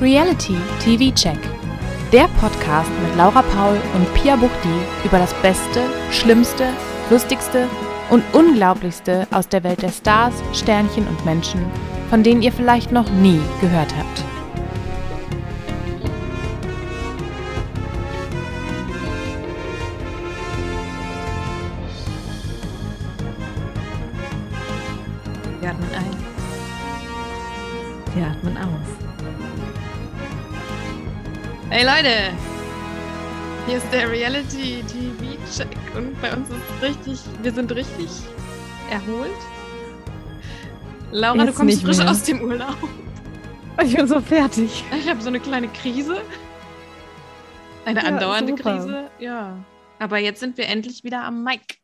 Reality TV Check. Der Podcast mit Laura Paul und Pia Buchti über das Beste, Schlimmste, Lustigste und Unglaublichste aus der Welt der Stars, Sternchen und Menschen, von denen ihr vielleicht noch nie gehört habt. Wir atmen ein. Wir atmen aus. Hey Leute! Hier ist der Reality TV Check und bei uns ist richtig, wir sind richtig erholt. Laura, du Jetzt kommst nicht frisch mehr. aus dem Urlaub. Ich bin so fertig. Ich habe so eine kleine Krise. Eine Ja, andauernde super. Krise, ja. Aber jetzt sind wir endlich wieder am Mike.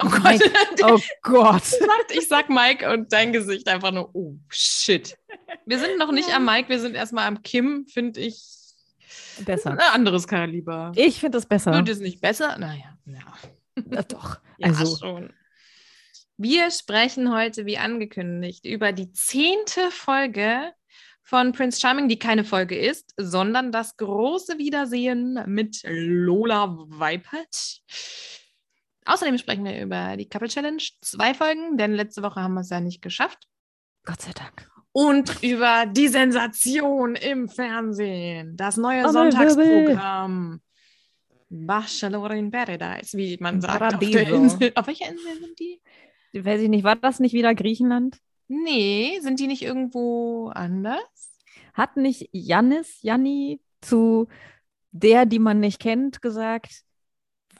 Oh Gott, Mike. Oh Gott. sagt, ich sag Mike und dein Gesicht einfach nur, oh shit. Wir sind noch nicht am Mike, wir sind erstmal am Kim, finde ich. Ein Besser. anderes Kaliber. Ich finde das besser. Wird es nicht besser? Naja, ja. Ja, doch. ja also. Also, schon. Wir sprechen heute, wie angekündigt, über die zehnte Folge von Prince Charming, die keine Folge ist, sondern das große Wiedersehen mit Lola Weipert. Außerdem sprechen wir über die Couple Challenge, zwei Folgen, denn letzte Woche haben wir es ja nicht geschafft Gott sei Dank. und über die Sensation im Fernsehen. Das neue Oh, Sonntagsprogramm. Bachelor in Paradise, wie man sagt. Auf, der Paradiso. Insel. auf welcher Insel sind die? Weiß ich nicht, war das nicht wieder Griechenland? Nee, sind die nicht irgendwo anders? Hat nicht Jannis, Janni zu der, die man nicht kennt, gesagt,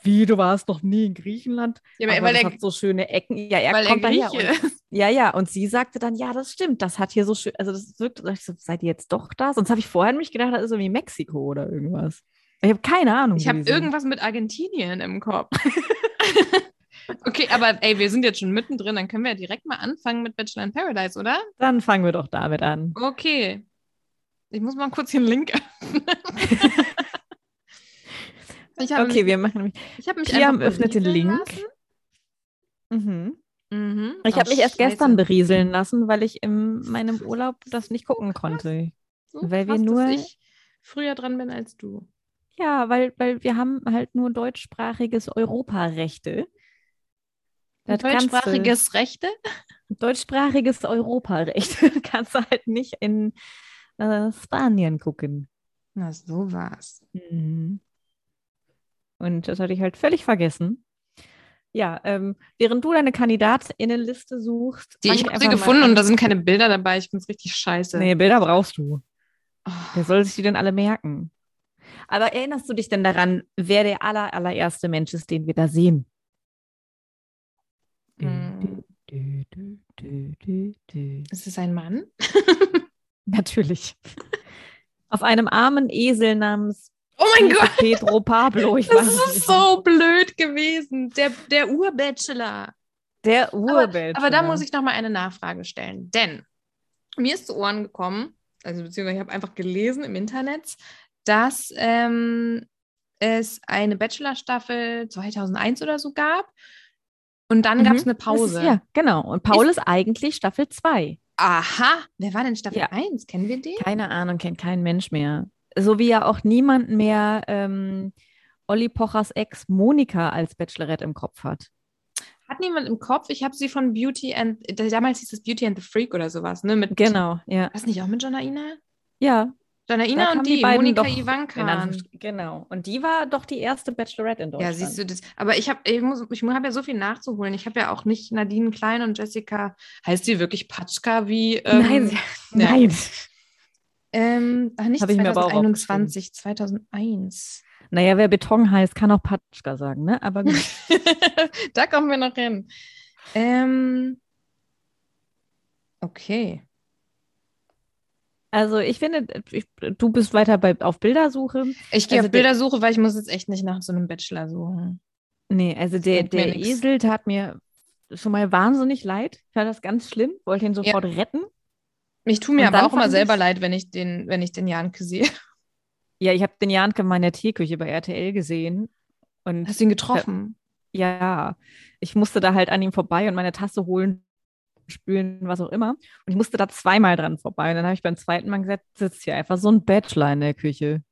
wie, du warst noch nie in Griechenland? Ja, Aber das hat so schöne Ecken. Ja, er weil er kommt daher. Grieche Und, ja, ja, und sie sagte dann, ja, das stimmt, das hat hier so schön, also das wirkt, ich so, seid ihr jetzt doch da? Sonst habe ich vorher nämlich gedacht, das ist irgendwie Mexiko oder irgendwas. Ich habe keine Ahnung. ich wo habe die sind. irgendwas mit Argentinien im Kopf. okay, aber ey, wir sind jetzt schon mittendrin, dann können wir ja direkt mal anfangen mit Bachelor in Paradise, oder? Dann fangen wir doch damit an. Okay. Ich muss mal kurz den Link öffnen. ich habe Okay, wir machen nämlich. Ich habe mich Pia einfach öffnet den berieseln Link. Mhm. lassen. Mhm. Ich Oh, habe mich erst scheiße. gestern berieseln lassen, weil ich in meinem Urlaub das nicht gucken konnte. So weil wir krass, dass nur- ich früher dran bin als du. Ja, weil, weil wir haben halt nur deutschsprachiges Europarechte. Das kannst äh, du- Deutschsprachiges Rechte? deutschsprachiges Europarecht kannst du halt nicht in äh, Spanien gucken. Na, so war's. Mhm. Und das hatte ich halt völlig vergessen. Ja, ähm, während du deine Kandidatinnenliste suchst, Die, fang ich habe einfach sie mal gefunden an. und da sind keine Bilder dabei. Ich find's richtig scheiße. Nee, Bilder brauchst du. Oh, Wer soll sich die denn alle merken? Aber erinnerst du dich denn daran, wer der aller, allererste Mensch ist, den wir da sehen? Hm. Dü, dü, dü, dü, dü, dü. ist es ein Mann? Natürlich. Auf einem armen Esel namens Oh mein Gott, Pedro Pablo. Ich das weiß es ist nicht. so blöd gewesen. Der, der Urbachelor. Der Urbelt. Aber da muss ich noch mal eine Nachfrage stellen, denn mir ist zu Ohren gekommen, also beziehungsweise ich habe einfach gelesen im Internet, dass ähm, es eine Bachelor-Staffel 2001 oder so gab und dann gab es Mhm, eine Pause. ja, genau. Und Paul ist, eigentlich Staffel 2. Aha, wer war denn Staffel Ja. 1? Kennen wir den? Keine Ahnung, kennt kein Mensch mehr. So wie ja auch niemand mehr ähm, Olli Pochers Ex Monika als Bachelorette im Kopf hat. Hat niemand im Kopf? Ich habe sie von Beauty and, damals hieß es Beauty and the Freak oder sowas, ne? Mit, Genau, ja. Was nicht auch mit Janaina? Ja, Da Janaina kamen und die die, beiden Monika doch in in Ivankan. Anführungsstrichen- genau. Und die war doch die erste Bachelorette in Ja, Deutschland. siehst du das. Aber ich habe ich muss, ich hab ja so viel nachzuholen. Ich habe ja auch nicht Nadine Klein und Jessica. Heißt die wirklich Patschka wie? Ähm, Nein, sie- ja. nein. Ähm, ach, nicht Hab ich mir aber auch 2021, 2001. Naja, wer Beton heißt, kann auch Patschka sagen, ne? Aber gut. da kommen wir noch hin. Ähm, okay. also ich finde, ich, du bist weiter bei, auf Bildersuche. Ich gehe Also auf der- Bildersuche, weil ich muss jetzt echt nicht nach so einem Bachelor suchen. Nee, also der, Bringt mir der nix. Esel tat mir schon mal wahnsinnig leid. Ich fand das ganz schlimm, wollte ihn sofort retten. Ich tue mir Und aber dann auch immer fand selber ich- leid, wenn ich den, wenn ich den Janke sehe. Ja, ich habe den Janke mal in der Teeküche bei RTL gesehen. Und Hast du ihn getroffen? ja, ich musste da halt an ihm vorbei und meine Tasse holen Toiletten spülen, was auch immer. Und ich musste da zweimal dran vorbei. Und dann habe ich beim zweiten Mal gesagt, sitzt hier einfach so ein Bachelor in der Küche.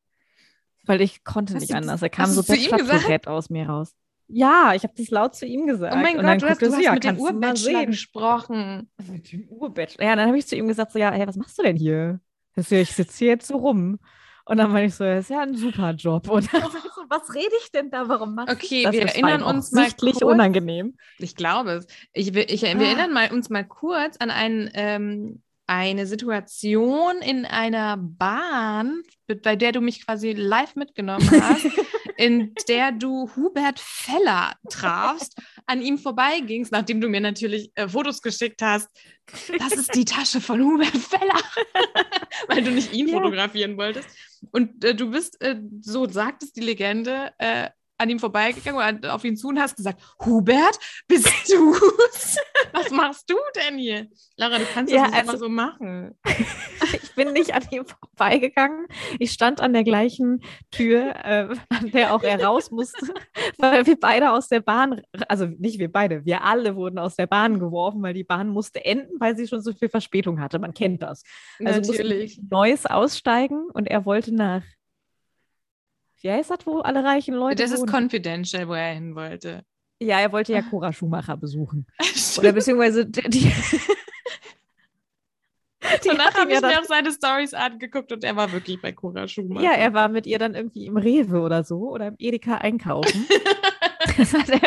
Weil ich konnte Hast nicht du das- anders. Er kam hast so du zu ihm Bachelor-Tourette aus mir raus. Ja, ich habe das laut zu ihm gesagt. Oh mein und dann Gott, du hast, guckte du er so, hast ja, mit dem kannst du mal Urbachelor sehen. gesprochen. Mit dem Urbachelor. Ja, dann habe ich zu ihm gesagt, so, ja, hey, was machst du denn hier? Er so, ja, ich sitze hier jetzt so rum. Und dann meine ich so, das ist ja ein super Job. Und dann so, was rede ich denn da? Warum machst Okay, du das? wir Das war erinnern ihm uns mal offensichtlich kurz- unangenehm. Ich glaube es. Ich, will- ich, wir Ah. erinnern mal, uns mal kurz an ein, ähm, eine Situation in einer Bahn, bei der du mich quasi live mitgenommen hast, in der du Hubert Feller trafst, an ihm vorbeigingst, nachdem du mir natürlich äh, Fotos geschickt hast. Das ist die Tasche von Hubert Feller, weil du nicht ihn Ja. fotografieren wolltest. Und äh, du bist, äh, so sagt es die Legende, äh, an ihm vorbeigegangen oder an- auf ihn zu und hast gesagt, Hubert, bist du's? Was machst du denn hier? Lara, du kannst Ja, das nicht immer also- so machen. Ich bin nicht an ihm vorbeigegangen. Ich stand an der gleichen Tür, äh, an der auch er raus musste, weil wir beide aus der Bahn, also nicht wir beide, wir alle wurden aus der Bahn geworfen, weil die Bahn musste enden, weil sie schon so viel Verspätung hatte. Man kennt das. Also Natürlich. musste Neues aussteigen und er wollte nach. Wie heißt das, wo alle reichen Leute? Das ist wohnen? confidential, wo er hin wollte. ja, er wollte ja Cora Schumacher besuchen. Oder beziehungsweise die. die Die Danach hat ihm habe ich ja dann- mir auch seine Stories angeguckt und er war wirklich bei Cora Schumann. Ja, er war mit ihr dann irgendwie im Rewe oder so oder im Edeka einkaufen. das hat er.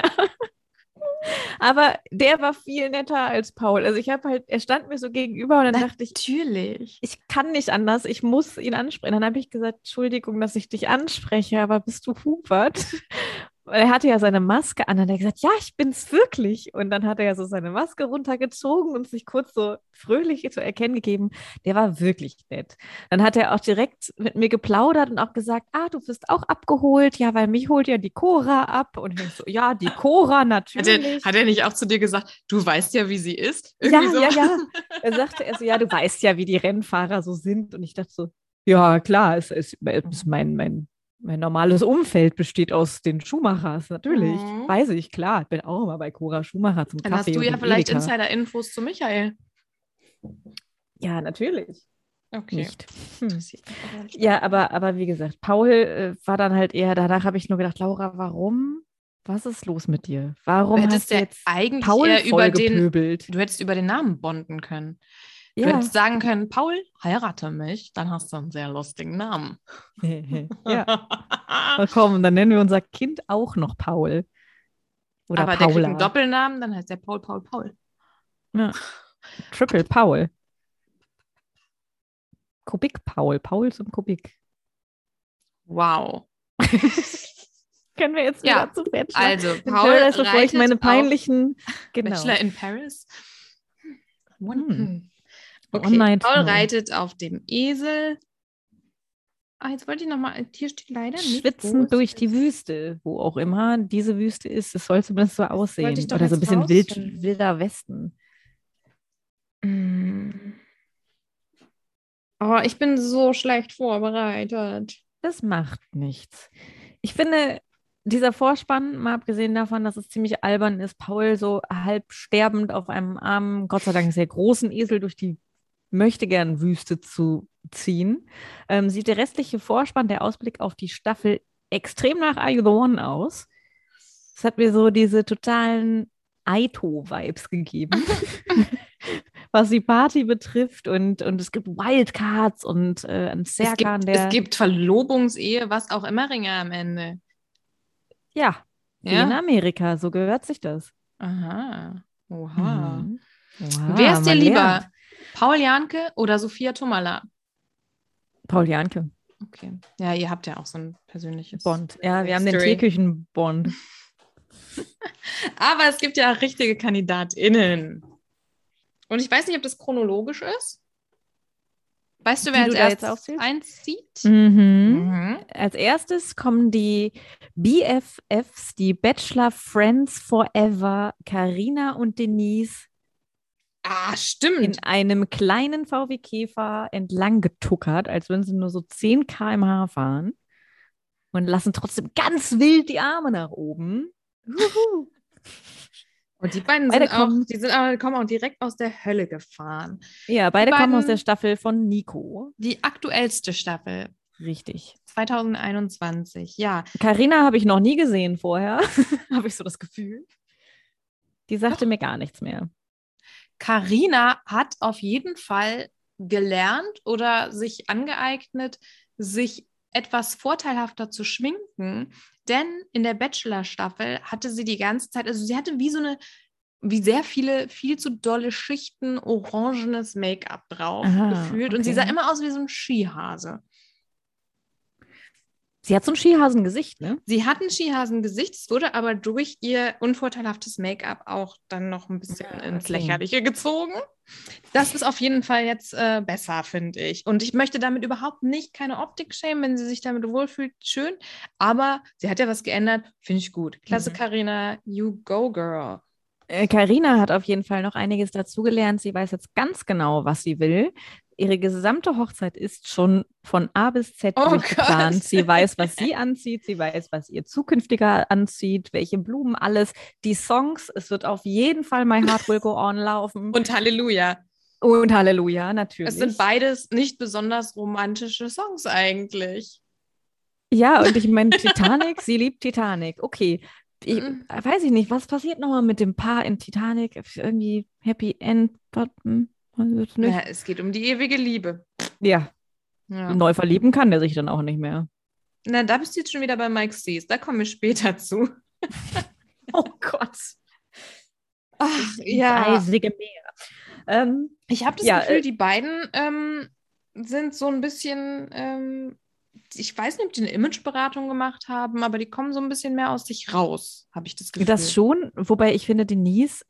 Aber der war viel netter als Paul. Also ich habe halt, er stand mir so gegenüber und dann dachte ich, natürlich. ich kann nicht anders, ich muss ihn ansprechen. Dann habe ich gesagt, Entschuldigung, dass ich dich anspreche, aber bist du Hubert? Weil er hatte ja seine Maske an. Dann hat er gesagt, ja, ich bin's wirklich. Und dann hat er ja so seine Maske runtergezogen und sich kurz so fröhlich zu erkennen gegeben. Der war wirklich nett. Dann hat er auch direkt mit mir geplaudert und auch gesagt, ah, du bist auch abgeholt. Ja, weil mich holt ja die Cora ab. Und ich so, ja, die Cora Hat natürlich. er, hat er nicht auch zu dir gesagt, du weißt ja, wie sie ist? Ja, Irgendwie so. ja, ja. Er sagte er so, ja, du weißt ja, wie die Rennfahrer so sind. Und ich dachte so, ja, klar, es ist, es ist mein, mein, mein normales Umfeld besteht aus den Schuhmachers, natürlich. Mhm. Weiß ich, klar. Ich bin auch immer bei Cora Schumacher zum Dann Kaffee. hast du und ja im vielleicht Edeka. Insider-Infos zu Michael. Ja, natürlich. Okay. Nicht. Hm. Interessiert mich aber nicht. Ja, aber, aber wie gesagt, Paul äh, war dann halt eher, danach habe ich nur gedacht, Laura, warum? Was ist los mit dir? Du Warum hättest hast du ja jetzt eigentlich Paul eher über den, vollgepöbelt? du hättest über den Namen bonden können. Du Ja. hättest sagen können, Paul, heirate mich, dann hast du einen sehr lustigen Namen. ja. Na komm, dann nennen wir unser Kind auch noch Paul. Oder Aber der kriegt Paula. einen Doppelnamen, dann heißt er Paul, Paul, Paul. Triple Paul. Kubik Paul. Paul zum Kubik. Wow. Können wir jetzt Ja, wieder zu Bachelor? Also, Im Paul Paradise, bevor ich reitet meine auf peinlichen. Genau. Bachelor in Paris. One, Hm. Okay. One night Paul stand. reitet auf dem Esel. Ah, jetzt wollte ich nochmal, hier steht leider nicht. wo Schwitzen es durch ist. die Wüste, wo auch immer diese Wüste ist. Es soll zumindest so aussehen. ich doch Oder so ein jetzt bisschen wild, rausfinden. wilder Westen. Mm. Oh, ich bin so schlecht vorbereitet. Das macht nichts. Ich finde, dieser Vorspann, mal abgesehen davon, dass es ziemlich albern ist, Paul so halb sterbend auf einem armen, Gott sei Dank sehr großen Esel durch die möchte gern Wüste zu ziehen, ähm, sieht der restliche Vorspann, der Ausblick auf die Staffel extrem nach Are You the One aus. Es hat mir so diese totalen Aito-Vibes gegeben, was die Party betrifft und, und es gibt Wildcards und äh, einen Es Serkan, gibt, der es gibt Verlobungsehe, was auch immer Ringe am Ende. ja Wie in Ja. Amerika, so gehört sich das. Aha. Oha. Mhm. Ah. Wer ist dir Wow, man lieber? lernt. Paul Janke oder Sophia Tomala? Paul Janke. Okay. Ja, ihr habt ja auch so ein persönliches Bond. Ja, wir haben den History. Teeküchen-Bond. Aber es gibt ja richtige KandidatInnen. Und ich weiß nicht, ob das chronologisch ist. Weißt du, wer Die als du da jetzt erstes aufzählst? einzieht? Mhm. Mhm. Als erstes kommen die BFFs, die Bachelor Friends Forever, Karina und Denise, Ah, stimmt. in einem kleinen VW-Käfer entlang getuckert, als würden sie nur so 10 km/h fahren und lassen trotzdem ganz wild die Arme nach oben. Juhu. Und die beiden Beide sind auch, kommen- die sind aber, kommen auch direkt aus der Hölle gefahren. Ja, beide Die kommen aus beiden- der Staffel von Nico. Die aktuellste Staffel, Richtig. 2021, ja. Carina habe ich noch nie gesehen vorher, habe ich so das Gefühl. Die sagte mir gar nichts mehr. Carina hat auf jeden Fall gelernt oder sich angeeignet, sich etwas vorteilhafter zu schminken, denn in der Bachelor-Staffel hatte sie die ganze Zeit, also sie hatte wie so eine, wie sehr viele, viel zu dolle Schichten orangenes Make-up drauf Aha, gefühlt und sie okay. sah immer aus wie so ein Skihase. Sie hat so ein Skihasengesicht, ne? Sie hat ein Skihasengesicht, es wurde aber durch ihr unvorteilhaftes Make-up auch dann noch ein bisschen Ah, ins okay. Lächerliche gezogen. Das ist auf jeden Fall jetzt äh, besser, finde ich. Und ich möchte damit überhaupt nicht keine Optik schämen, wenn sie sich damit wohlfühlt, schön. Aber sie hat ja was geändert, finde ich gut. Klasse, Mhm. Karina, you go, girl. Äh, Carina hat auf jeden Fall noch einiges dazugelernt. Sie weiß jetzt ganz genau, was sie will. Ihre gesamte Hochzeit ist schon von A bis Z Oh durchgeplant. Gott. Sie weiß, was sie anzieht. Sie weiß, was ihr zukünftiger anzieht, welche Blumen, alles. Die Songs, es wird auf jeden Fall My Heart Will Go On laufen. Und Halleluja. Und Halleluja, natürlich. Es sind beides nicht besonders romantische Songs eigentlich. Ja, und ich meine, Titanic, sie liebt Titanic. Okay. Ich, Mhm. weiß ich nicht, was passiert nochmal mit dem Paar in Titanic? Irgendwie Happy End? was, hm, weiß ich Ja, nicht. es geht um die ewige Liebe. Ja, Ja. neu verlieben kann der sich dann auch nicht mehr. Na, da bist du jetzt schon wieder bei Mike Sees. Da kommen wir später zu. Oh Gott. Ach Das eisige Meer. Ähm, Ich habe das Ja, Gefühl, äh, die beiden ähm, sind so ein bisschen, ähm, ich weiß nicht, ob die eine Imageberatung gemacht haben, aber die kommen so ein bisschen mehr aus sich raus, habe ich das Gefühl. das schon, wobei ich finde, Denise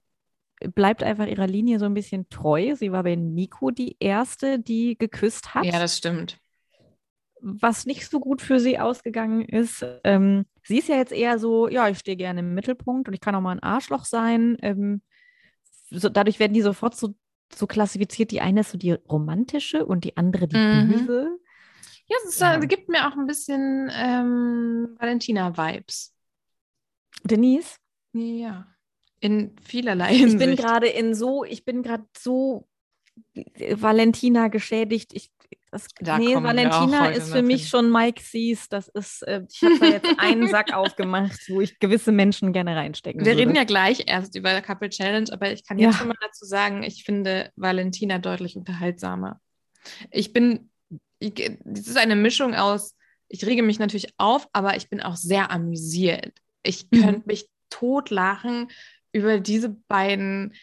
bleibt einfach ihrer Linie so ein bisschen treu. Sie war bei Nico die Erste, die geküsst hat. Ja, das stimmt. was nicht so gut für sie ausgegangen ist. Ähm, sie ist ja jetzt eher so, ja, ich stehe gerne im Mittelpunkt und ich kann auch mal ein Arschloch sein. Ähm, so, dadurch werden die sofort so, so klassifiziert. Die eine ist so die romantische und die andere die Mhm. böse. Ja, es ist, Ja. äh, gibt mir auch ein bisschen ähm, Valentina-Vibes. Denise, Ja. In vielerlei ich Hinsicht. bin gerade in so, ich bin gerade so äh, Valentina geschädigt. Ich, das, Da nee, kommen wir auch Valentina heute ist noch für mich hin. schon Mike Sees. Das ist, äh, ich habe da jetzt einen Sack aufgemacht, wo ich gewisse Menschen gerne reinstecken Wir würde. reden ja gleich erst über Couple Challenge, aber ich kann Also Ja. jetzt schon mal dazu sagen, ich finde Valentina deutlich unterhaltsamer. Ich bin, ich, das ist eine Mischung aus, ich rege mich natürlich auf, aber ich bin auch sehr amüsiert. Ich Mhm. könnte mich totlachen über diese beiden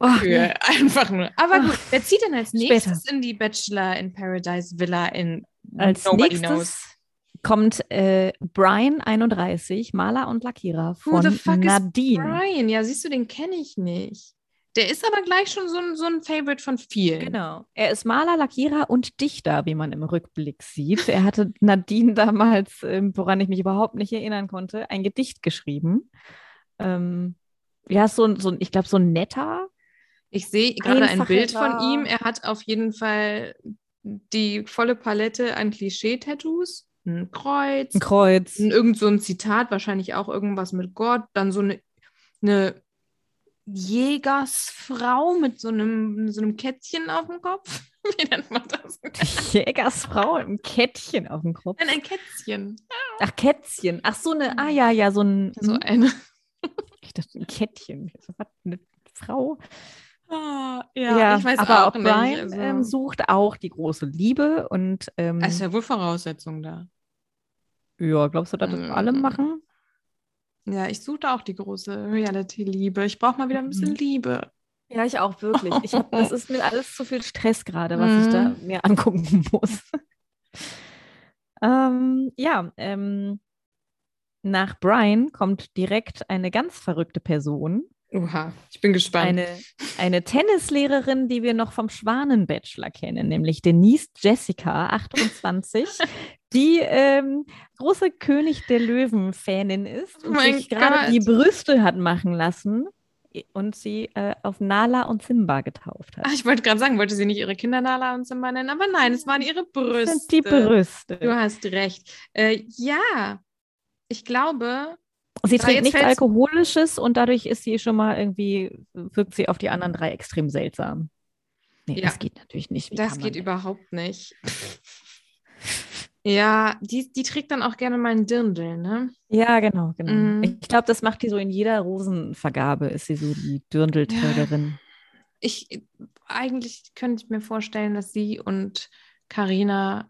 Oh, nee. Kühe. Einfach nur. Aber Ach. gut, wer zieht denn als Später. nächstes in die Bachelor in Paradise Villa in Als Nobody nächstes Knows? kommt äh, Brian 31, Maler und Lackierer Who von the fuck is Nadine. Brian, ja, siehst du, den kenne ich nicht. Der ist aber gleich schon so ein, so ein Favorite von vielen. Genau. Er ist Maler, Lackierer und Dichter, wie man im Rückblick sieht. Er hatte Nadine damals, ähm, woran ich mich überhaupt nicht erinnern konnte, ein Gedicht geschrieben. Ähm, ja, ist so, ein- so, ein- ich glaube, so ein netter. Ich sehe gerade ein Einfache Bild von Wahl. ihm. Er hat auf jeden Fall die volle Palette an Klischee-Tattoos. Ein Kreuz, Ein Kreuz. ein- irgend so ein Zitat, wahrscheinlich auch irgendwas mit Gott. Dann so eine, eine Jägersfrau mit so einem, so einem Kätzchen auf dem Kopf. Wie nennt man das? Jägersfrau im Kettchen auf dem Kopf. Nein, ein Kätzchen. Ach, Kätzchen. Ach, so eine, ah ja, ja, so ein, So Also eine. ich dachte, ein Kettchen. Ich so, Was, eine Frau? Ah, Ja, ich weiß aber auch nicht. Brian also. ähm, sucht auch die große Liebe und ähm, Es ist ja wohl Voraussetzung da. ja, glaubst du, dass das alle Mm. machen? Ja, ich suchte auch die große Reality-Liebe. Ich brauche mal wieder ein bisschen Mhm. Liebe. Ja, ich auch wirklich. Ich hab- das ist mir alles zu viel Stress gerade, was ich da mir angucken muss. ähm, ja, ähm, nach Brian kommt direkt eine ganz verrückte Person, Oha, ich bin gespannt. eine, eine Tennislehrerin, die wir noch vom Schwanen-Bachelor kennen, nämlich Denise Jessica, 28, die ähm, große König der Löwen-Fanin ist Oh und mein sich gerade Gott. die Brüste hat machen lassen und sie äh, auf Nala und Simba getauft Ach, hat. Ah, ich wollte gerade sagen, wollte sie nicht ihre Kinder Nala und Simba nennen, aber nein, es waren ihre Das Brüste. sind die Brüste. Du hast recht. Äh, ja, ich glaube, Sie Aber trinkt jetzt nichts fällt's- Alkoholisches und dadurch ist sie schon mal irgendwie, wirkt sie auf die anderen drei extrem seltsam. Nee, Ja. das geht natürlich nicht. Wie Das kann geht man überhaupt nicht. ja, die, die trägt dann auch gerne mal einen Dirndl, ne? denn? Ja, genau, genau. Mm. Ich glaube, das macht die so in jeder Rosenvergabe, ist sie so die Dirndlträgerin. Ich, eigentlich könnte ich mir vorstellen, dass sie und Karina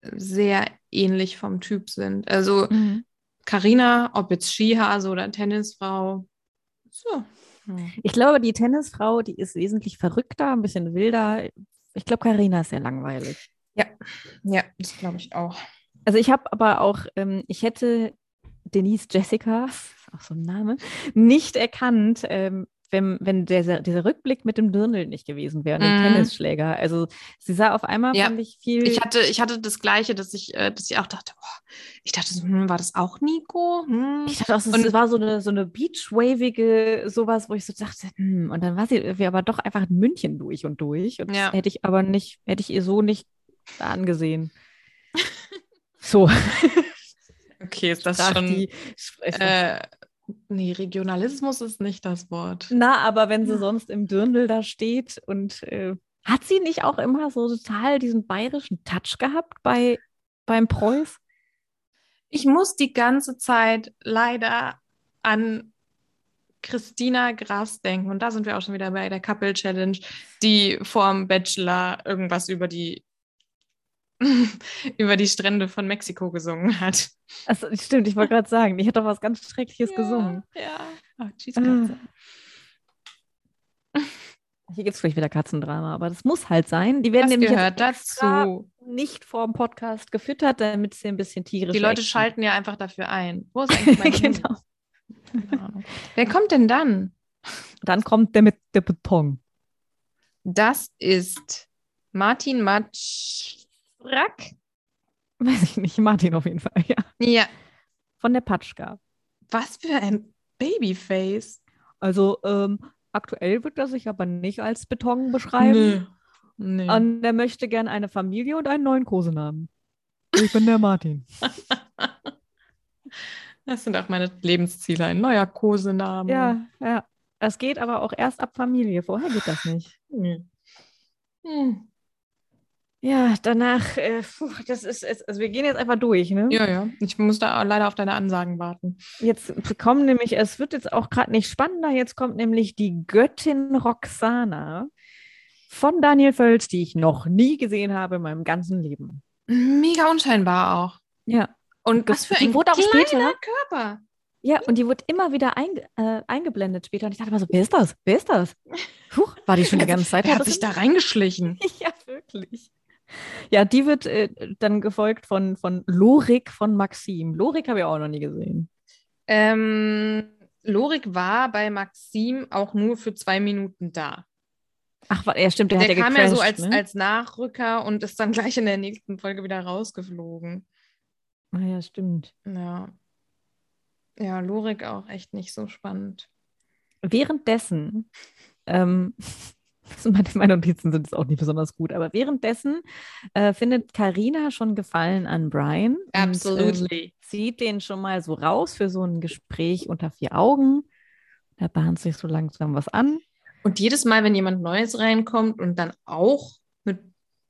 sehr ähnlich vom Typ sind. Also Mhm. Karina, ob jetzt Skihase oder Tennisfrau. So. Hm. Ich glaube, die Tennisfrau, die ist wesentlich verrückter, ein bisschen wilder. Ich glaube, Karina ist sehr langweilig. Ja, das glaube ich auch. Also ich habe aber auch, ähm, ich hätte Denise Jessica, auch so ein Name, nicht erkannt, ähm, wenn, wenn dieser, dieser Rückblick mit dem Dirndl nicht gewesen wäre und dem Mhm. Tennisschläger. Also sie sah auf einmal, Ja. fand ich viel. Ich hatte, ich hatte das Gleiche, dass ich, äh, dass ich auch dachte, boah, ich dachte, so, hm, war das auch Nico? Hm. ich dachte auch, so, und- es war so eine, so eine beachwavige sowas, wo ich so dachte, hm, und dann war sie irgendwie aber doch einfach in München durch und durch. Und Ja. das hätte ich aber nicht, hätte ich ihr so nicht angesehen. So, Okay, ist das sprach schon. die, sp- ist das Äh, nee, Regionalismus ist nicht das Wort. Na, aber wenn sie Ja. sonst im Dirndl da steht und äh, hat sie nicht auch immer so total diesen bayerischen Touch gehabt bei, beim Preuß? Ich muss die ganze Zeit leider an Christina Grass denken. Und da sind wir auch schon wieder bei der Couple Challenge, die vorm Bachelor irgendwas über die, über die Strände von Mexiko gesungen hat. Also, stimmt, ich wollte gerade sagen, die hat doch was ganz Schreckliches gesungen. Ja. Oh, tschüss, Ah. Katze. Hier gibt es gleich wieder Katzendrama, aber das muss halt sein. Die werden Das nämlich jetzt gehört extra dazu. nicht vor dem Podcast gefüttert, damit sie ein bisschen tierisch Die Leute acten. schalten ja einfach dafür ein. Wo ist eigentlich mein Handy? genau. Keine Ahnung. Wer kommt denn dann? Dann kommt der mit der Beton. Das ist Martin Matschrak. Weiß ich nicht, Martin auf jeden Fall, ja. Ja, Von der Patschka. was für ein Babyface. Also, ähm, aktuell wird er sich aber nicht als Beton beschreiben. Nö. Und er möchte gern eine Familie und einen neuen Kosenamen. Ich bin der Martin. Das sind auch meine Lebensziele. Ein neuer Kosename. ja, ja. Das geht aber auch erst ab Familie. Vorher geht das nicht. Nö. Hm. Ja, danach, äh, puh, das ist, es- also wir gehen jetzt einfach durch, ne? Ja, ja. Ich muss da leider auf deine Ansagen warten. Jetzt kommen nämlich, es wird jetzt auch gerade nicht spannender, jetzt kommt nämlich die Göttin Roxana von Daniel Völz, die ich noch nie gesehen habe in meinem ganzen Leben. Mega unscheinbar auch. Ja. Und was für Die ein wurde auch kleiner später- Körper. Ja, und die wurde immer wieder einge äh, eingeblendet später. Und ich dachte immer so, wer ist das? Wer ist das? Huch, war die schon die ganze Zeit Er hat da drin? sich da reingeschlichen. Ja, wirklich. Ja, die wird äh, dann gefolgt von, von Lorik von Maxim. Lorik habe ich auch noch nie gesehen. Ähm, Lorik war bei Maxim auch nur für zwei Minuten da. Ach, wa- ja, stimmt, der, der hat ja kam gecrashed, ja so als, ne? als Nachrücker und ist dann gleich in der nächsten Folge wieder rausgeflogen. Ah, ja, stimmt. Ja. Ja, Lorik auch echt nicht so spannend. Währenddessen, ähm, das sind meine, meine Notizen sind jetzt auch nicht besonders gut, aber währenddessen äh, findet Karina schon Gefallen an Brian. und, ähm, zieht den schon mal so raus für so ein Gespräch unter vier Augen. Da bahnt sich so langsam was an. Und jedes Mal, wenn jemand Neues reinkommt und dann auch mit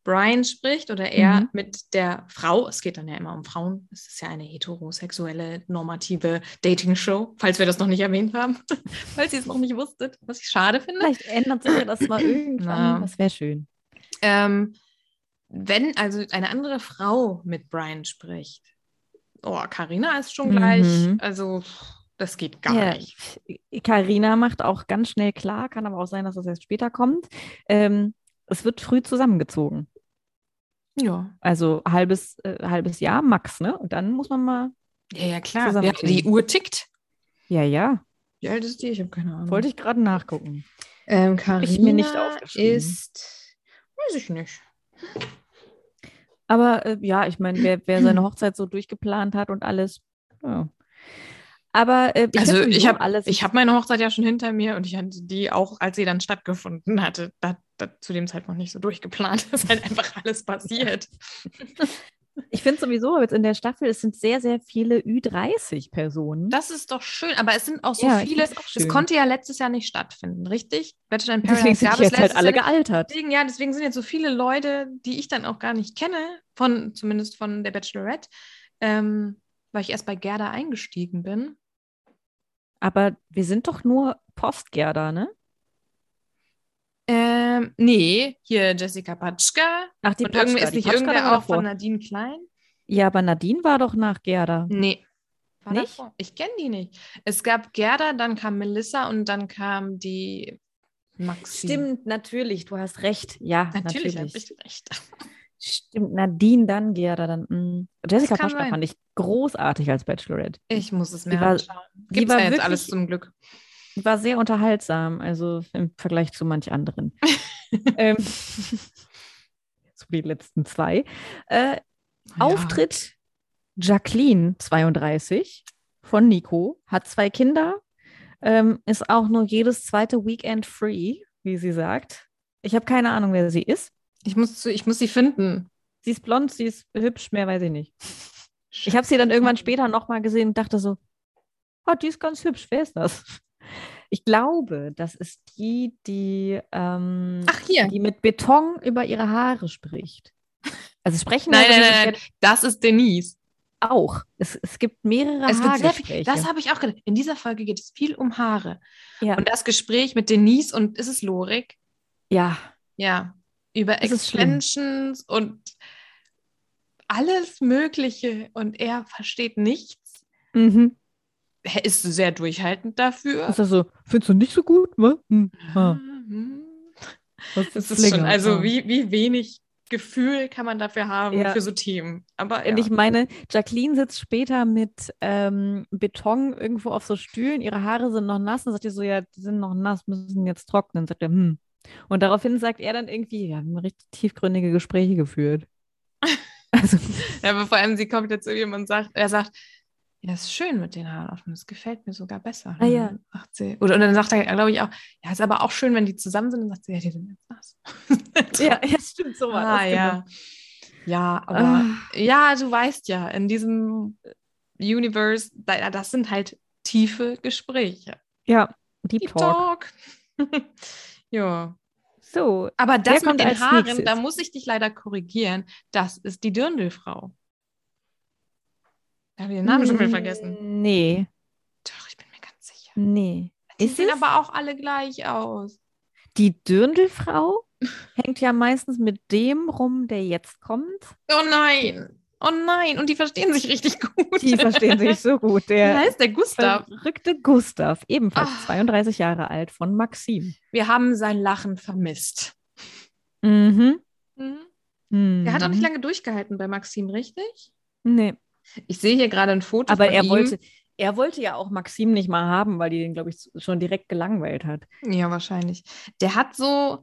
Brian spricht oder er Mhm. mit der Frau, es geht dann ja immer um Frauen, es ist ja eine heterosexuelle, normative Dating-Show, falls wir das noch nicht erwähnt haben, falls ihr es noch nicht wusstet, was ich schade finde. Vielleicht ändert sich ja das mal irgendwann. Na. Das wäre schön. Ähm, wenn also eine andere Frau mit Brian spricht, oh, Carina ist schon gleich, Mhm. also pff, das geht gar Ja. nicht. Karina macht auch ganz schnell klar, kann aber auch sein, dass das erst später kommt. Ähm, es wird früh zusammengezogen. Ja, Also halbes, äh, halbes Jahr max, ne? Und dann muss man mal. ja, ja klar. Zusammen Ja, ziehen. die Uhr tickt. Ja, ja. Wie alt ist die? Ich habe keine Ahnung. Wollte ich gerade nachgucken. ähm, ich mir nicht Carina aufgeschrieben. ist, weiß ich nicht. Aber äh, ja, ich meine, wer, wer seine Hochzeit so durchgeplant hat und alles. Ja. Aber äh, ich Also, find ich sowieso alles. Ich habe meine Hochzeit ja schon hinter mir und ich hatte die auch, als sie dann stattgefunden hatte, da, da, zu dem Zeitpunkt nicht so durchgeplant. Das ist halt einfach alles passiert. Ich finde sowieso jetzt in der Staffel, es sind sehr, sehr viele Ü30-Personen. Das ist doch schön, aber es sind auch so Ja, ich viele. find's auch Es schön. konnte ja letztes Jahr nicht stattfinden, richtig? Bachelor in Deswegen Paradise sind gab die es jetzt halt letztes alle Jahr. nicht. gealtert. Deswegen, ja, deswegen sind jetzt so viele Leute, die ich dann auch gar nicht kenne, von zumindest von der Bachelorette, ähm, weil ich erst bei Gerda eingestiegen bin. Aber wir sind doch nur Postgerda, ne? Ähm, nee, hier Jessica Patschka. Ach, die Und irgendwie Patschka, ist die nicht Patschka irgendwer war auch von davor. Nadine Klein. Ja, aber Nadine war doch nach Gerda. Nee. Mhm. War Nicht? davor. Ich kenne die nicht. Es gab Gerda, dann kam Melissa und dann kam die Maxi. Stimmt, natürlich, du hast recht. Ja, Natürlich, natürlich. hab ich recht. Stimmt, Nadine, dann Gerda, dann. mm. Jessica kann Paschka sein. fand ich großartig als Bachelorette. Ich muss es Die mir war- anschauen. die Gibt es war ja jetzt wirklich- alles zum Glück. Die War sehr unterhaltsam, also im Vergleich zu manch anderen. ähm, so die letzten zwei. Äh, Auftritt Jacqueline, 32, von Nico, hat zwei Kinder, ähm, ist auch nur jedes zweite Weekend free, wie sie sagt. Ich habe keine Ahnung, wer sie ist. Ich muss, zu, ich muss sie finden. Sie ist blond, sie ist hübsch, mehr weiß ich nicht. Ich habe sie dann irgendwann später nochmal gesehen und dachte so, oh, die ist ganz hübsch, wer ist das? Ich glaube, das ist die, die, ähm, Ach, hier. die mit Beton über ihre Haare spricht. Also sprechen Nein, also nein, sie nein, sich nein. Das ist Denise. jetzt auch. Es, es gibt mehrere Es gibt sehr viel, Haargespräche. das habe ich auch gedacht. In dieser Folge geht es viel um Haare. Ja. Und das Gespräch mit Denise und ist es Lorik? ja, Ja. Über Es ist schlimm. Extensions und alles Mögliche. Und er versteht nichts. Mhm. Er ist sehr durchhaltend dafür. Ist das so, findest du nicht so gut? Ne? Hm. Ah, Mhm. was Das ist länger? schon, also Ah. wie, wie wenig Gefühl kann man dafür haben Ja. für so Themen. Aber ja. Und ich meine, Jacqueline sitzt später mit ähm, Beton irgendwo auf so Stühlen, ihre Haare sind noch nass. Dann sagt ihr so, ja, die sind noch nass, müssen jetzt trocknen. Sagt er, hm. Und daraufhin sagt er dann irgendwie, wir haben richtig tiefgründige Gespräche geführt. Also, ja, aber vor allem, sie kommt jetzt zu ihm und sagt, er sagt, ja, ist schön mit den Haaren offen, das gefällt mir sogar besser. Ah, ja. Dann sagt sie, oder und dann sagt er, glaube ich, auch, ja, ist aber auch schön, wenn die zusammen sind. Dann sagt sie, ja, die sind jetzt nass. ja, ja, stimmt, so war ah, das. ja. genau. Ja, aber Ah, ja, du weißt ja, in diesem Universe, da, das sind halt tiefe Gespräche. ja, Deep Deep Talk. Talk. ja. So, Aber das kommt mit den als Haaren, nächstes? da muss ich dich leider korrigieren, das ist die Dirndlfrau. Da habe ich den Namen schon Hm. wieder vergessen. Nee, Doch, ich bin mir ganz sicher. nee. Die Ist sehen es? aber auch alle gleich aus. Die Dirndlfrau hängt ja meistens mit dem rum, der jetzt kommt. Oh nein. Oh nein. Und die verstehen sich richtig gut. Die verstehen sich so gut. Wie Der, heißt der Gustav? Verrückte Äh, Gustav, ebenfalls Ah. 32 Jahre alt, von Maxim. Wir haben sein Lachen vermisst. Mhm. Mhm. Mhm. Er hat auch nicht lange durchgehalten bei Maxim, richtig? Nee. Ich sehe hier gerade ein Foto Aber von er ihm. wollte, er wollte ja auch Maxim nicht mal haben, weil die den, glaube ich, schon direkt gelangweilt hat. Ja, wahrscheinlich. Der hat so,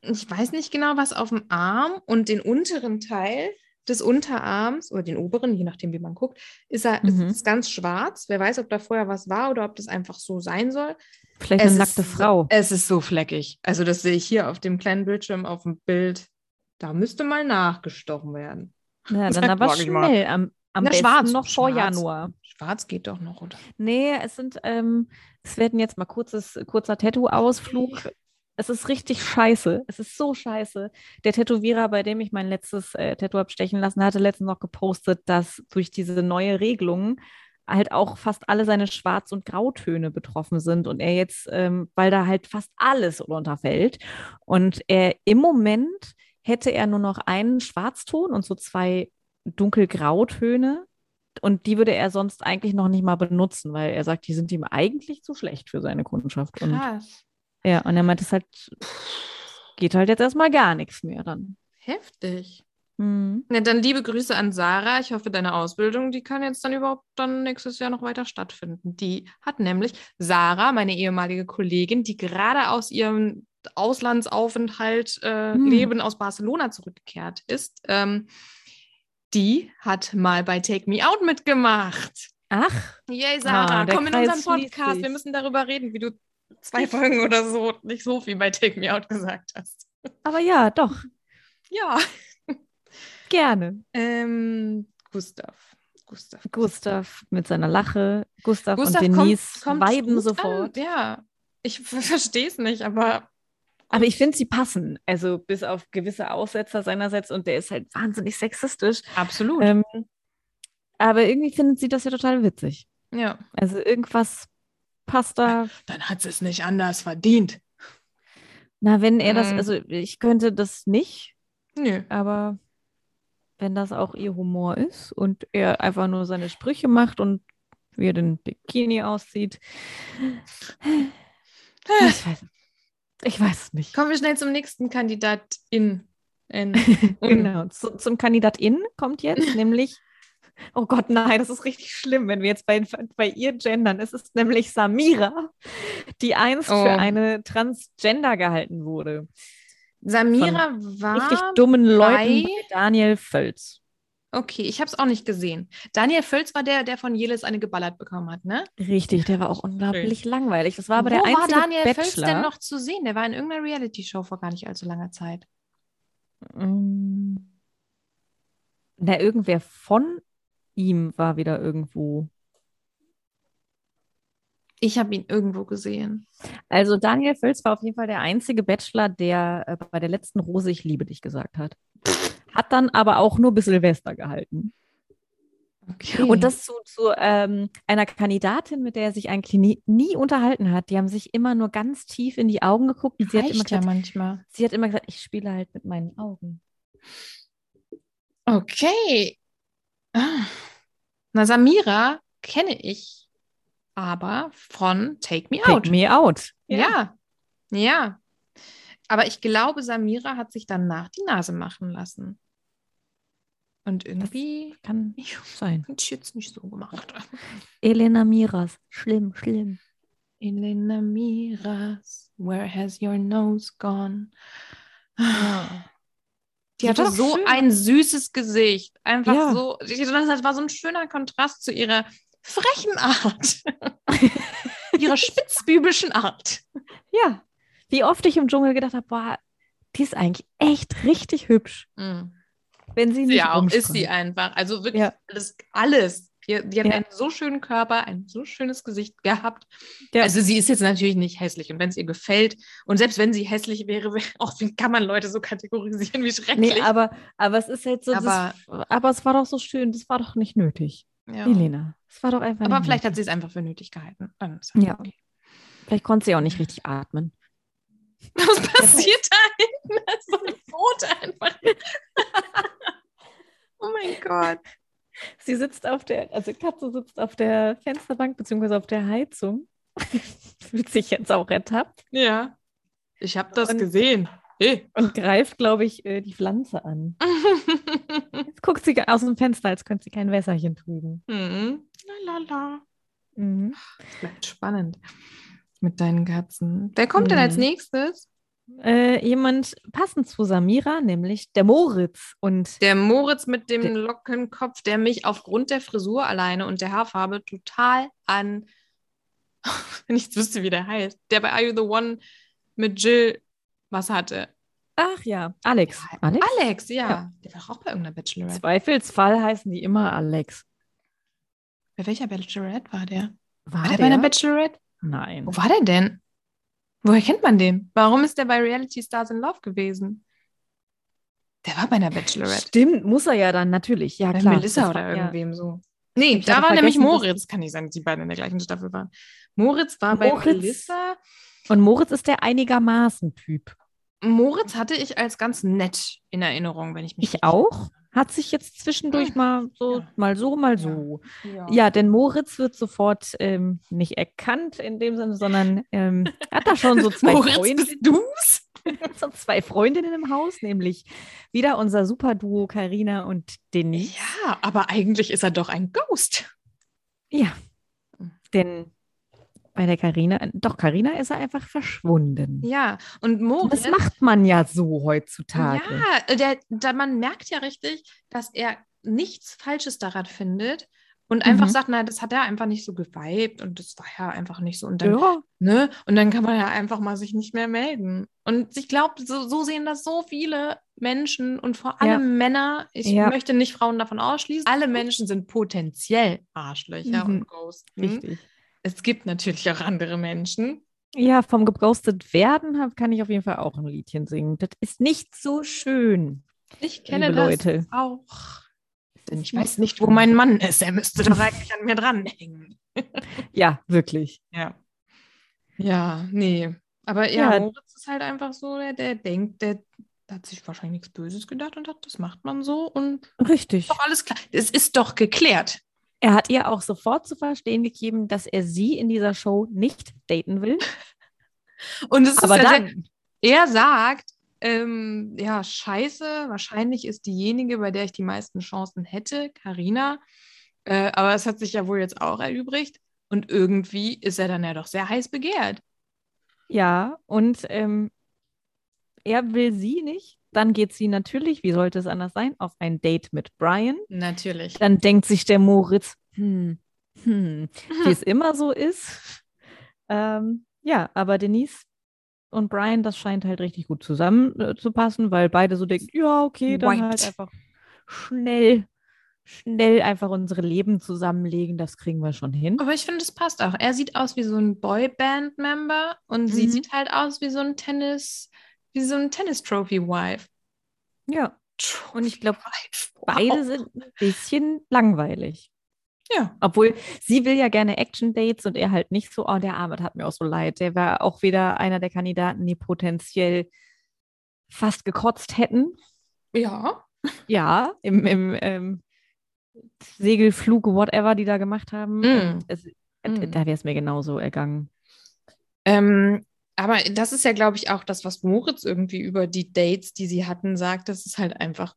ich weiß nicht genau, was auf dem Arm und den unteren Teil des Unterarms oder den oberen, je nachdem, wie man guckt, ist er ist Mhm. es ganz schwarz. Wer weiß, ob da vorher was war oder ob das einfach so sein soll. Vielleicht Es eine nackte ist- Frau. Es ist so fleckig. Also, das sehe ich hier auf dem kleinen Bildschirm auf dem Bild. Da müsste mal nachgestochen werden. Ja, dann Sag, aber sag ich mal. schnell. Am, am Na, besten schwarz, noch vor schwarz. Januar. Schwarz geht doch noch, oder? Nee, es sind, ähm, es werden jetzt mal kurzes, kurzer Tattoo-Ausflug. Es ist richtig scheiße. Es ist so scheiße. Der Tätowierer, bei dem ich mein letztes äh, Tattoo abstechen lassen hatte, letztens noch gepostet, dass durch diese neue Regelung halt auch fast alle seine Schwarz- und Grautöne betroffen sind und er jetzt, ähm, weil da halt fast alles runterfällt und er im Moment hätte er nur noch einen Schwarzton und so zwei dunkelgrautöne und die würde er sonst eigentlich noch nicht mal benutzen, weil er sagt, die sind ihm eigentlich zu schlecht für seine Kundschaft. Und Krass. ja, und er meint, es halt geht halt jetzt erstmal gar nichts mehr dann. Heftig. Mhm. Na, dann liebe Grüße an Sarah. Ich hoffe, deine Ausbildung, die kann jetzt dann überhaupt dann nächstes Jahr noch weiter stattfinden. Die hat nämlich Sarah, meine ehemalige Kollegin, die gerade aus ihrem Auslandsaufenthalt, äh, Hm. Leben aus Barcelona zurückgekehrt ist, ähm, die hat mal bei Take Me Out mitgemacht. Ach, Yay, Sarah, Ah, der komm in Kreis unseren schließt Podcast. sich. Wir müssen darüber reden, wie du zwei Folgen oder so nicht so viel bei Take Me Out gesagt hast. aber ja, doch. Ja. Gerne. Ähm, Gustav. Gustav. Gustav mit seiner Lache. Gustav, Gustav und Denise kommt, kommt weiben gut sofort. An. Ja, ich verstehe es nicht, aber Aber ich finde, sie passen. Also bis auf gewisse Aussetzer seinerseits. Und der ist halt wahnsinnig sexistisch. absolut. Ähm, aber irgendwie findet sie das ja total witzig. ja. Also irgendwas passt da. Dann hat sie es nicht anders verdient. Na, wenn er das, Mm. also ich könnte das nicht, Nö. aber wenn das auch ihr Humor ist und er einfach nur seine Sprüche macht und wie er den Bikini aussieht. Ich weiß, ich weiß es nicht. Kommen wir schnell zum nächsten Kandidatin. In. Genau. Zu, zum Kandidatin kommt jetzt nämlich. Oh Gott, nein, das ist richtig schlimm, wenn wir jetzt bei, bei ihr gendern. Es ist nämlich Samira, die einst Oh. für eine Transgender gehalten wurde. Samira war. Richtig dummen bei- Leuten bei Daniel Völz. Okay, ich habe es auch nicht gesehen. Daniel Völz war der, der von Jelis eine geballert bekommen hat, ne? Richtig, der war auch unglaublich langweilig. Das war aber der Wo einzige war Daniel Bachelor. Völz denn noch zu sehen? Der war in irgendeiner Reality-Show vor gar nicht allzu langer Zeit. Mm. Na, irgendwer von ihm war wieder irgendwo. Ich habe ihn irgendwo gesehen. Also Daniel Völz war auf jeden Fall der einzige Bachelor, der äh, bei der letzten Rose Ich liebe dich gesagt hat. Hat dann aber auch nur bis Silvester gehalten. Okay. Und das zu, zu ähm, einer Kandidatin, mit der er sich eigentlich nie, nie unterhalten hat. Die haben sich immer nur ganz tief in die Augen geguckt. Und sie, hat immer reicht ja gesagt, manchmal. sie hat immer gesagt, ich spiele halt mit meinen Augen. Okay. Ah. Na, Samira kenne ich aber von Take Me Out. Take me out. Ja. Ja. Aber ich glaube, Samira hat sich danach die Nase machen lassen. Und irgendwie Kann sein. hat sie jetzt nicht so gemacht. Elena Miras. Schlimm, schlimm. Elena Miras, where has your nose gone? Die Die hatte war doch Ah. so schön. ein süßes Gesicht. Einfach Ja. so. Ich- Das war so ein schöner Kontrast zu ihrer frechen Art. ihrer spitzbübischen Art. Ja. Wie oft ich im Dschungel gedacht habe, boah, die ist eigentlich echt richtig hübsch. Hm. Wenn sie nicht Ja, auch ist sie rumspringt. einfach. Also wirklich Ja. alles. alles. Die, die hat Ja. einen so schönen Körper, ein so schönes Gesicht gehabt. Ja. Also sie ist jetzt natürlich nicht hässlich. Und wenn es ihr gefällt, und selbst wenn sie hässlich wäre, wär- auch wie kann man Leute so kategorisieren, wie schrecklich. Nee, ah, aber, aber es ist halt so, aber, das, aber es war doch so schön, das war doch nicht nötig. ja. Elena, es war doch einfach aber nicht vielleicht hat sie nötig. es einfach für nötig gehalten. Dann ist Ja. okay. Vielleicht konnte sie auch nicht richtig atmen. Was passiert da hinten? Das ist so ein Boot einfach. oh mein Gott. Sie sitzt auf der, also Katze sitzt auf der Fensterbank beziehungsweise auf der Heizung. Fühlt sich jetzt auch ertappt Ja. Ich habe das Und- gesehen. Hey. und greift, glaube ich, äh, die Pflanze an. Jetzt guckt sie aus dem Fenster, als könnte sie kein Wässerchen trüben. mhm. Lalala. Mhm. Bleibt spannend mit deinen Katzen. Wer kommt denn Mhm. als nächstes? Äh, jemand passend zu Samira, nämlich der Moritz. Und Der Moritz mit dem Der- Lockenkopf, der mich aufgrund der Frisur alleine und der Haarfarbe total an, wenn ich jetzt wüsste, wie der heißt, der bei Are You the One mit Jill was hatte. ach ja, Alex. Ja, Alex? Alex, ja. Der war doch auch bei irgendeiner Bachelorette. Zweifelsfall heißen die immer Alex. Bei welcher Bachelorette war der? War War der bei einer Bachelorette? Nein. Wo war der denn? Woher kennt man den? Warum ist der bei Reality Stars in Love gewesen? Der war bei einer Bachelorette. Stimmt, muss er ja dann, natürlich. Ja, Bei klar. Melissa Das oder war- ja. irgendwem so. Nee, Ich da hatte war nämlich vergessen, dass- Moritz. Kann nicht sein, dass die beiden in der gleichen Staffel waren. Moritz war Moritz. bei Melissa. Und Moritz ist der einigermaßen Typ. Moritz hatte ich als ganz nett in Erinnerung, wenn ich mich Ich auch. Hat sich jetzt zwischendurch Hm. mal so, Ja. mal so, mal so. Ja, denn Moritz wird sofort ähm, nicht erkannt in dem Sinne, sondern ähm, hat da schon so zwei Moritz, Freunde. bist du's? so zwei Freundinnen im Haus, nämlich wieder unser Superduo Karina und Denise. Ja, aber eigentlich ist er doch ein Ghost. Ja. Denn bei der Karina, doch Karina ist er einfach verschwunden. Ja, und Moritz. Das macht man ja so heutzutage. Ja, der, da, man merkt ja richtig, dass er nichts Falsches daran findet, und einfach Mhm. sagt, na, das hat er einfach nicht so geweibt und das war ja einfach nicht so. Und dann, Ja. ne? Und dann kann man ja einfach mal sich nicht mehr melden. Und ich glaube, so, so sehen das so viele Menschen und vor Ja. allem Männer. Ich Ja. möchte nicht Frauen davon ausschließen. Alle Menschen sind potenziell Arschlöcher Mhm. und hm? Ghosten. Richtig. Es gibt natürlich auch andere Menschen. Ja, vom geghostet werden hab- kann ich auf jeden Fall auch ein Liedchen singen. Das ist nicht so schön, Ich kenne liebe das Leute. auch. Denn ich Mhm. weiß nicht, wo mein Mann ist. Er müsste doch eigentlich an mir dranhängen. Ja, wirklich. Ja. Ja, nee. Aber ja, Ja. Moritz ist halt einfach so, der, der denkt, der hat sich wahrscheinlich nichts Böses gedacht und hat, das macht man so und ist Richtig. doch alles klar. Es ist doch geklärt. Er hat ihr auch sofort zu verstehen gegeben, dass er sie in dieser Show nicht daten will. Und es Aber ist ja sehr, dann, er sagt, ähm, ja, scheiße, wahrscheinlich ist diejenige, bei der ich die meisten Chancen hätte, Karina. Äh, aber es hat sich ja wohl jetzt auch erübrigt. Und irgendwie ist er dann ja doch sehr heiß begehrt. ja, und ähm, er will sie nicht. Dann geht sie natürlich, wie sollte es anders sein, auf ein Date mit Brian. Natürlich. Dann denkt sich der Moritz, hm, hm, wie es immer so ist. Ähm, ja, aber Denise und Brian, das scheint halt richtig gut zusammen äh, zu passen, weil beide so denken, ja, okay, dann halt Wiped. einfach schnell, schnell einfach unsere Leben zusammenlegen, das kriegen wir schon hin. Aber ich finde, es passt auch. Er sieht aus wie so ein Boyband-Member und sie Mhm. sieht halt aus wie so ein Tennis, wie so ein Tennis-Trophy-Wife. Ja, und ich glaube, Trophy-Wife. Wow. beide sind ein bisschen langweilig. Ja. Obwohl sie will ja gerne Action-Dates und er halt nicht so. Oh, der Arme hat mir auch so leid. Der war auch wieder einer der Kandidaten, die potenziell fast gekotzt hätten. Ja. Ja, im, im ähm, Segelflug, whatever, die da gemacht haben. Mm. ähm, Es, äh, Mm. Da wäre es mir genauso ergangen. Ähm, aber das ist ja, glaube ich, auch das, was Moritz irgendwie über die Dates, die sie hatten, sagt. Das ist halt einfach,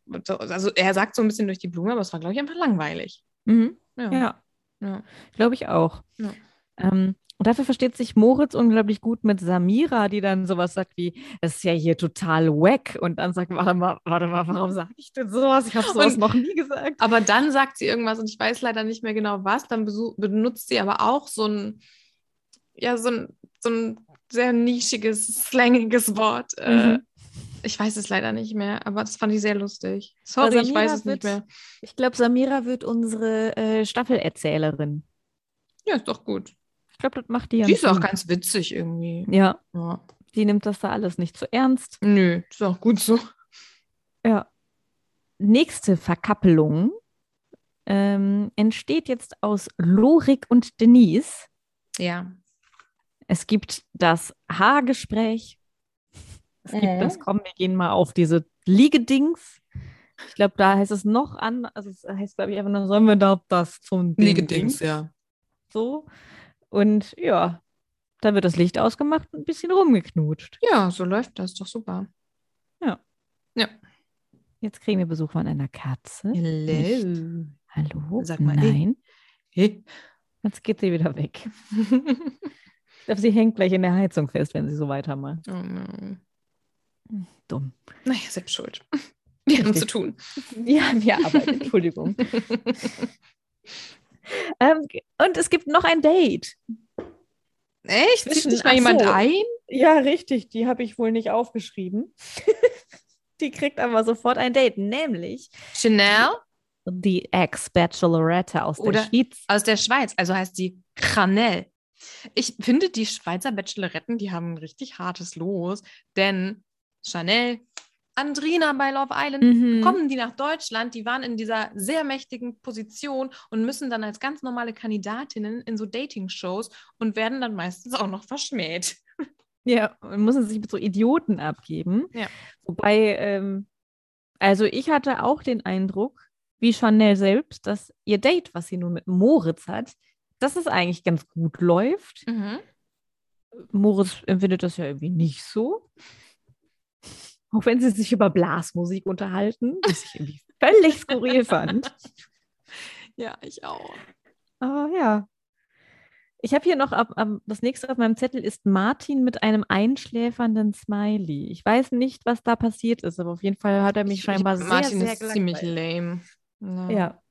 also er sagt so ein bisschen durch die Blume, aber es war, glaube ich, einfach langweilig. Mhm. Ja. Ja, Ja. glaube ich auch. Ja. Ähm, und dafür versteht sich Moritz unglaublich gut mit Samira, die dann sowas sagt wie, das ist ja hier total wack. Und dann sagt, warte mal, warte mal, warum sage ich denn sowas? Ich habe sowas Und- noch nie gesagt. Aber dann sagt sie irgendwas und ich weiß leider nicht mehr genau was. Dann besu- benutzt sie aber auch so ein, ja, so ein, so ein sehr nischiges, slangiges Wort. Äh, Mhm. ich weiß es leider nicht mehr, aber das fand ich sehr lustig. Also Sorry, ich Mira weiß es nicht wird- mehr. Ich glaube, Samira wird unsere äh, Staffelerzählerin. Ja, ist doch gut. Ich glaube, das macht die ja. Die ist auch gut. ganz witzig irgendwie. Ja, Ja. die nimmt das da alles nicht zu ernst. Nö, ist auch gut so. Ja. Nächste Verkappelung ähm, entsteht jetzt aus Lorik und Denise. Ja. Es gibt das Haargespräch. Es gibt Mhm. das, komm, wir gehen mal auf diese Liegedings. Ich glaube, da heißt es noch an, also es heißt, glaube ich, einfach nur, sollen wir da auf das zum Ding Liegedings, Ding? ja. So. Und ja, dann wird das Licht ausgemacht und ein bisschen rumgeknutscht. Ja, so läuft das. Doch super. Jetzt kriegen wir Besuch von einer Katze. Hello. Hallo? Sag mal, hey. Nein. Hey. Jetzt geht sie wieder weg. Ich glaube, sie hängt gleich in der Heizung fest, wenn sie so weitermacht. oh, no. Dumm. Naja, selbst schuld. Wir haben Richtig. zu tun. Ja, wir arbeiten, Entschuldigung. ähm, und es gibt noch ein Date. Echt? Zieht Zwischen- sich mal ach jemand so. ein? Ja, richtig. Die habe ich wohl nicht aufgeschrieben. die kriegt aber sofort ein Date, nämlich Chanel die Ex-Bachelorette aus Oder- der Schweiz. aus der Schweiz, also heißt sie Chanel. Ich finde, die Schweizer Bacheloretten, die haben ein richtig hartes Los, denn Chanel, Andrina bei Love Island, Mhm. kommen die nach Deutschland, die waren in dieser sehr mächtigen Position und müssen dann als ganz normale Kandidatinnen in so Dating-Shows und werden dann meistens auch noch verschmäht. Ja, und müssen sich mit so Idioten abgeben. Ja. Wobei, ähm, also ich hatte auch den Eindruck, wie Chanel selbst, dass ihr Date, was sie nun mit Moritz hat, dass es eigentlich ganz gut läuft. Moritz empfindet das ja irgendwie nicht so. Auch wenn sie sich über Blasmusik unterhalten, was ich irgendwie völlig skurril fand. Ja, ich auch. Aber ja. Ich habe hier noch, ab, ab, das nächste auf meinem Zettel ist Martin mit einem einschläfernden Smiley. Ich weiß nicht, was da passiert ist, aber auf jeden Fall hat er mich scheinbar sehr, Martin sehr ist ziemlich gelangweilt. lame. Ja.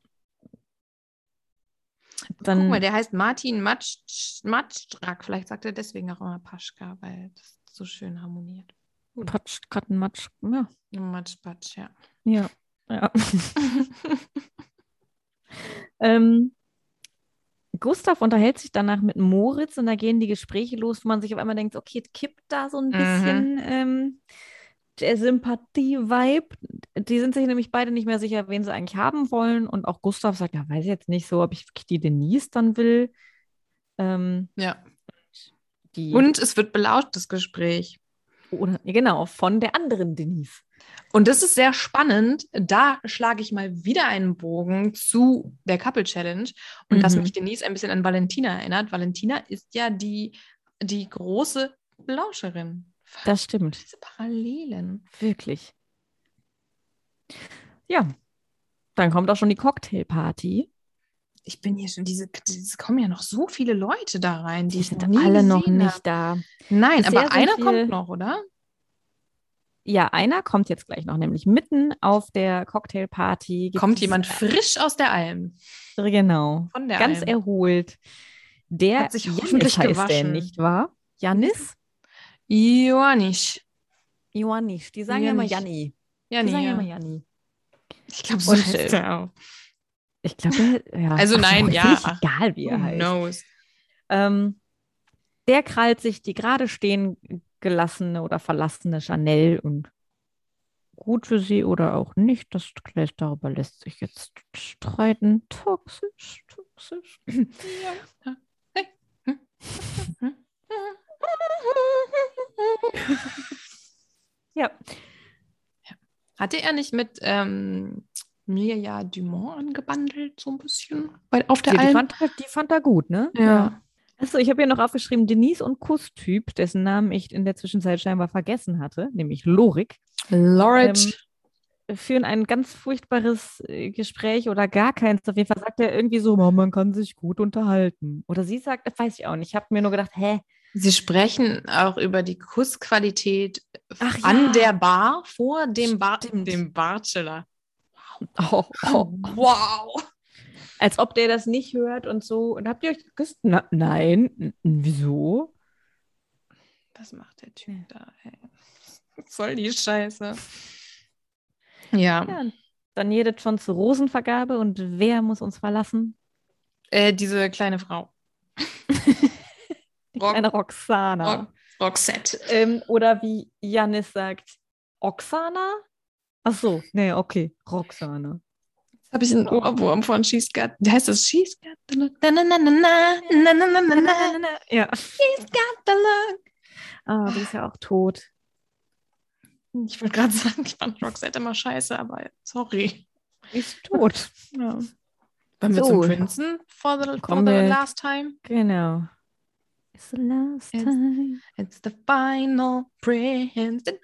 Dann, Guck mal, der heißt Martin Matsch, Matschdrack. Vielleicht sagt er deswegen auch immer Paschka, weil das so schön harmoniert. Patsch, Kattenmatsch. Ja. Matschpatsch, ja. Ja. ja. ähm, Gustav unterhält sich danach mit Moritz und da gehen die Gespräche los, wo man sich auf einmal denkt, okay, es kippt da so ein bisschen ähm, der Sympathie-Vibe. Die sind sich nämlich beide nicht mehr sicher, wen sie eigentlich haben wollen. Und auch Gustav sagt, ja, weiß ich jetzt nicht so, ob ich wirklich die Denise dann will. Ähm, ja. die, Und es wird belauscht, das Gespräch. oder, genau, von der anderen Denise. Und das ist sehr spannend. Da schlage ich mal wieder einen Bogen zu der Couple Challenge und dass Mhm. mich Denise ein bisschen an Valentina erinnert. Valentina ist ja die, die große Blauscherin. Das stimmt. Diese Parallelen. Wirklich. Ja. Dann kommt auch schon die Cocktailparty. Ich bin hier schon, diese, es kommen ja noch so viele Leute da rein, die, Die ich sind noch nie alle noch gesehen nicht habe. da. Nein, Bisher aber sind einer wir- kommt noch, oder? Ja, einer kommt jetzt gleich noch, nämlich mitten auf der Cocktailparty. gibt Kommt es- jemand frisch aus der Alm. Genau. Von der Ganz Alm. erholt. Der Hat sich Jannis hoffentlich heißt der, gewaschen. nicht wahr? Jannis? Joannisch. Joannisch. Die sagen ja immer Janni. Die Janni, sagen ja Ja, immer nee, Janni. Ich glaube, so Und, heißt äh, der auch. Ich glaube, ja. Also Ach, nein, ist ja, Oh, völlig ach, Egal, wie Who er heißt. knows? Ähm, der krallt sich die gerade stehen gelassene oder verlassene Chanel und gut für sie oder auch nicht. Das gleich darüber lässt sich jetzt streiten. Toxisch, toxisch. Ja. Hey. Ja. Hatte er nicht mit ähm, Mirja Dumont angebandelt, so ein bisschen? Bei, auf der Die, die, Alm? fand, die fand er gut, ne? ja. Achso, ich habe hier noch aufgeschrieben, Denise und Kusstyp, dessen Namen ich in der Zwischenzeit scheinbar vergessen hatte, nämlich Lorik. Lorette. führen ein ganz furchtbares äh, Gespräch oder gar keins. Auf jeden Fall sagt er irgendwie so, "Oh, man kann sich gut unterhalten. Oder sie sagt, das weiß ich auch nicht. Ich habe mir nur gedacht, hä? Sie sprechen auch über die Kussqualität Ach ja. an der Bar vor dem, Bar Stimmt. dem Bachelor. Oh, oh. Wow. Als ob der das nicht hört und so. Und habt ihr euch geküsst? Na, nein. N- Wieso? Was macht der Ja. Typ da? Ey? Was soll die Scheiße? Ja. Ja. Dann jedet schon zur Rosenvergabe und wer muss uns verlassen? Äh, diese kleine Frau. Die Rock- kleine Roxana. Rock- Roxette. Ähm, oder wie Janis sagt, Oksana? Ach so, nee, okay, Roxana. Jetzt habe ich einen Ohrwurm von She's Got. Heißt das She's Got the Look? Na, na, na, na, na, na, na, na, na, na, Ja. She's Got the Look. Ah, die ist ja auch tot. Ich wollte gerade sagen, ich fand Roxette immer scheiße, aber sorry. Ist tot. Ja. Wenn wir So. zum Prinzen for the, for Kommen the wir- last time. Genau. It's the last It's- time. It's the final prince. Wir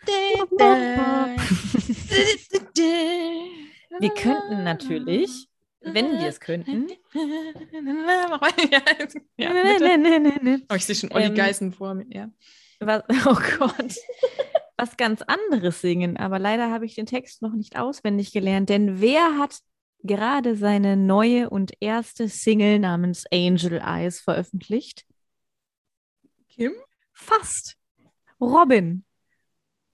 Wir könnten natürlich, wenn wir es könnten. ja, bitte. nee, nee, nee. Oh, ich sehe schon Olli Ähm, Geißen vor mir. Ja. Was, oh Gott. Was ganz anderes singen, aber leider habe ich den Text noch nicht auswendig gelernt, denn wer hat gerade seine neue und erste Single namens Angel Eyes veröffentlicht? Kim? Fast. Robin.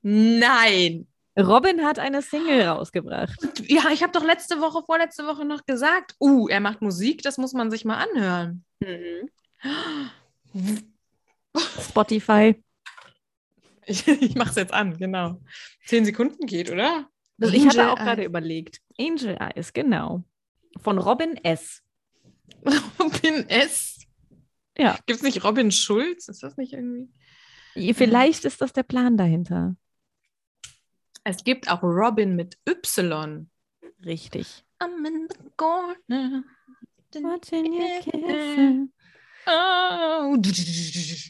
Nein. Robin hat eine Single rausgebracht. Ja, ich habe doch letzte Woche, vorletzte Woche noch gesagt, uh, er macht Musik, das muss man sich mal anhören. Mhm. Spotify. Ich, ich mach's jetzt an, genau. Zehn Sekunden geht, oder? Also ich hatte Angel auch gerade Eyes. überlegt. Angel Eyes, genau. Von Robin S. Robin S. Ja. Gibt's nicht Robin Schulz? Ist das nicht irgendwie? Vielleicht ist das der Plan dahinter. Es gibt auch Robin mit Y. Richtig. I'm in the corner. Watching you kiss. Oh.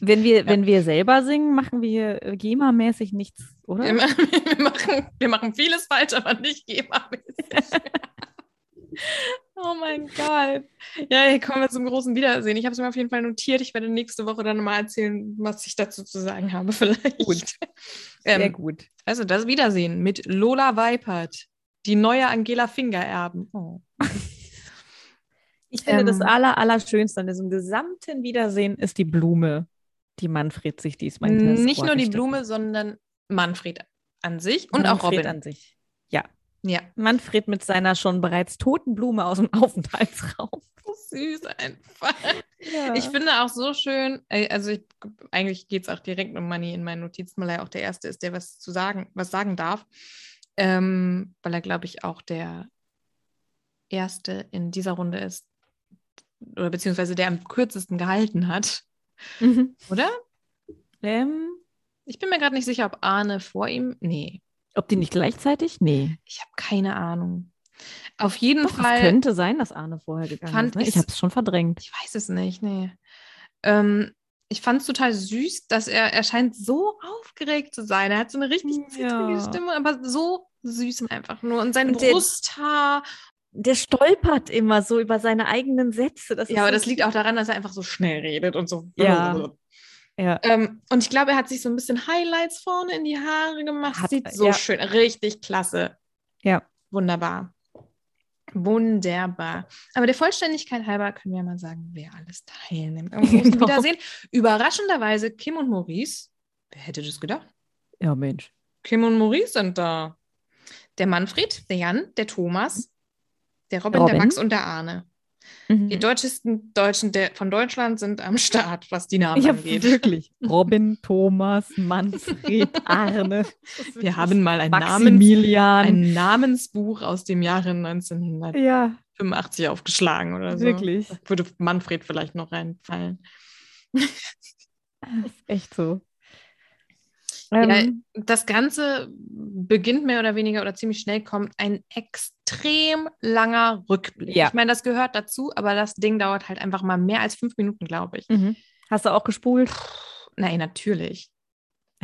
Wenn wir, wenn wir selber singen, machen wir äh, GEMA-mäßig nichts, oder? Wir, ma- wir, machen, wir machen vieles falsch, aber nicht GEMA-mäßig. oh mein Gott. Ja, hier kommen wir zum großen Wiedersehen. Ich habe es mir auf jeden Fall notiert. Ich werde nächste Woche dann mal erzählen, was ich dazu zu sagen habe, vielleicht. Gut. Sehr Ähm, gut. also das Wiedersehen mit Lola Weipert, die neue Angela Finger erben. Oh. Ich finde, das Ähm. aller, Allerschönste an diesem gesamten Wiedersehen ist die Blume, die Manfred sich diesmal hinter das Nicht Ohr nur die gesteckt Blume, hat. sondern Manfred an sich und auch Manfred Robin. an sich. Ja, Manfred mit seiner schon bereits toten Blume aus dem Aufenthaltsraum. so süß einfach. Ja. Ich finde auch so schön, äh, also ich, eigentlich geht es auch direkt um Money in meinen Notizen, weil er auch der Erste ist, der was zu sagen, was sagen darf. Ähm, weil er, glaube ich, auch der Erste in dieser Runde ist. Oder beziehungsweise der am kürzesten gehalten hat, Mhm. oder? ähm, Ich bin mir gerade nicht sicher, ob Arne vor ihm. Nee, ob die nicht gleichzeitig? Nee. ich habe keine Ahnung. Auf jeden Doch, es Fall. könnte sein, dass Arne vorher gegangen fand ist. Ne? Ich ich's- habe es schon verdrängt. Ich weiß es nicht, nee. Ähm, ich fand es total süß, dass er, er scheint so aufgeregt zu sein. Er hat so eine richtig zittrige Ja. Stimme, aber so süß einfach nur. Und sein Und der- Brusthaar. Der stolpert immer so über seine eigenen Sätze. Das Ja, aber das liegt auch daran, dass er einfach so schnell redet und so. Ja. Ja. Ähm, und ich glaube, er hat sich so ein bisschen Highlights vorne in die Haare gemacht. Hat- Sieht so ja. schön, richtig klasse. Ja. Wunderbar. Wunderbar. Aber der Vollständigkeit halber können wir mal sagen, wer alles teilnimmt. Am großen Genau. Wiedersehen. Überraschenderweise Kim und Maurice. Wer hätte das gedacht? ja, Mensch. Kim und Maurice sind da. Der Manfred, der Jan, der Thomas, der Robin, der Robin. Max und der Arne. Mhm. Die deutschesten Deutschen der, von Deutschland sind am Start, was die Namen Ich habe angeht. wirklich Robin, Thomas, Manfred, Arne. Wir haben mal ein, Namens, Maximilian. ein Namensbuch aus dem Jahre 1985 ja, aufgeschlagen oder so. wirklich. Würde Manfred vielleicht noch reinfallen. Ist echt so. Ja, Ähm, Das Ganze beginnt mehr oder weniger oder ziemlich schnell kommt ein extrem langer Rückblick. Ja. Ich meine, das gehört dazu, aber das Ding dauert halt einfach mal mehr als fünf Minuten, glaube ich. mhm. Hast du auch gespult? Nein, natürlich.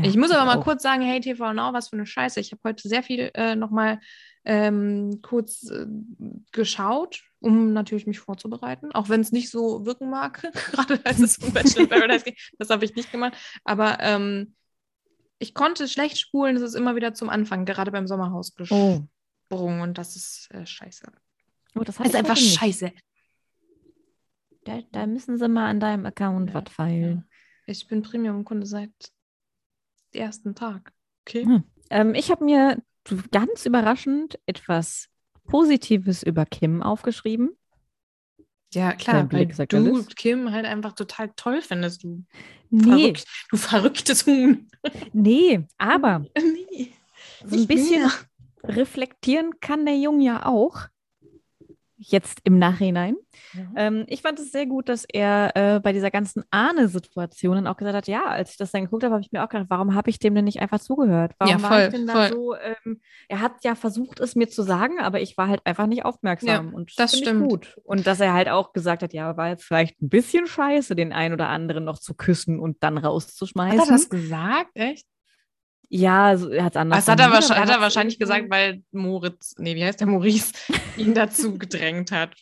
Ich muss aber mal kurz sagen, hey TV Now, was für eine Scheiße. Ich habe heute sehr viel äh, nochmal ähm, kurz äh, geschaut, um natürlich mich vorzubereiten, auch wenn es nicht so wirken mag, gerade als es um Bachelor in Paradise ging. Das habe ich nicht gemacht, aber ähm, ich konnte schlecht spulen. Es ist immer wieder zum Anfang, gerade beim Sommerhaus Oh. gesprungen und das ist äh, scheiße. oh das Das heißt ist einfach scheiße. Da, da müssen sie mal an deinem Account Ja, was feilen. Ich bin Premium-Kunde seit dem ersten Tag. Okay. Hm. Ähm, ich habe mir ganz überraschend etwas Positives über Kim aufgeschrieben. Ja, klar, Dein weil Blick sagt du alles. Kim halt einfach total toll findest, du, Nee, verrückt, du verrücktes Huhn. nee, aber Nee. so ein bisschen reflektieren kann der Junge ja auch. Jetzt im Nachhinein. Ähm, ich fand es sehr gut, dass er äh, bei dieser ganzen Ahne-Situation dann auch gesagt hat, ja, als ich das dann geguckt habe, habe ich mir auch gedacht, warum habe ich dem denn nicht einfach zugehört? Warum Ja, war voll, ich denn voll. da so, ähm, er hat ja versucht, es mir zu sagen, aber ich war halt einfach nicht aufmerksam. Ja, und das find ich stimmt. gut. Und dass er halt auch gesagt hat, ja, war jetzt vielleicht ein bisschen scheiße, den einen oder anderen noch zu küssen und dann Hat rauszuschmeißen. er das gesagt? Echt? Ja, so, er hat es anders Das Also hat er, formuliert, wahrscheinlich, aber hat er hat's wahrscheinlich irgendwie- gesagt, weil Moritz, nee, wie heißt der Maurice, ihn dazu gedrängt hat.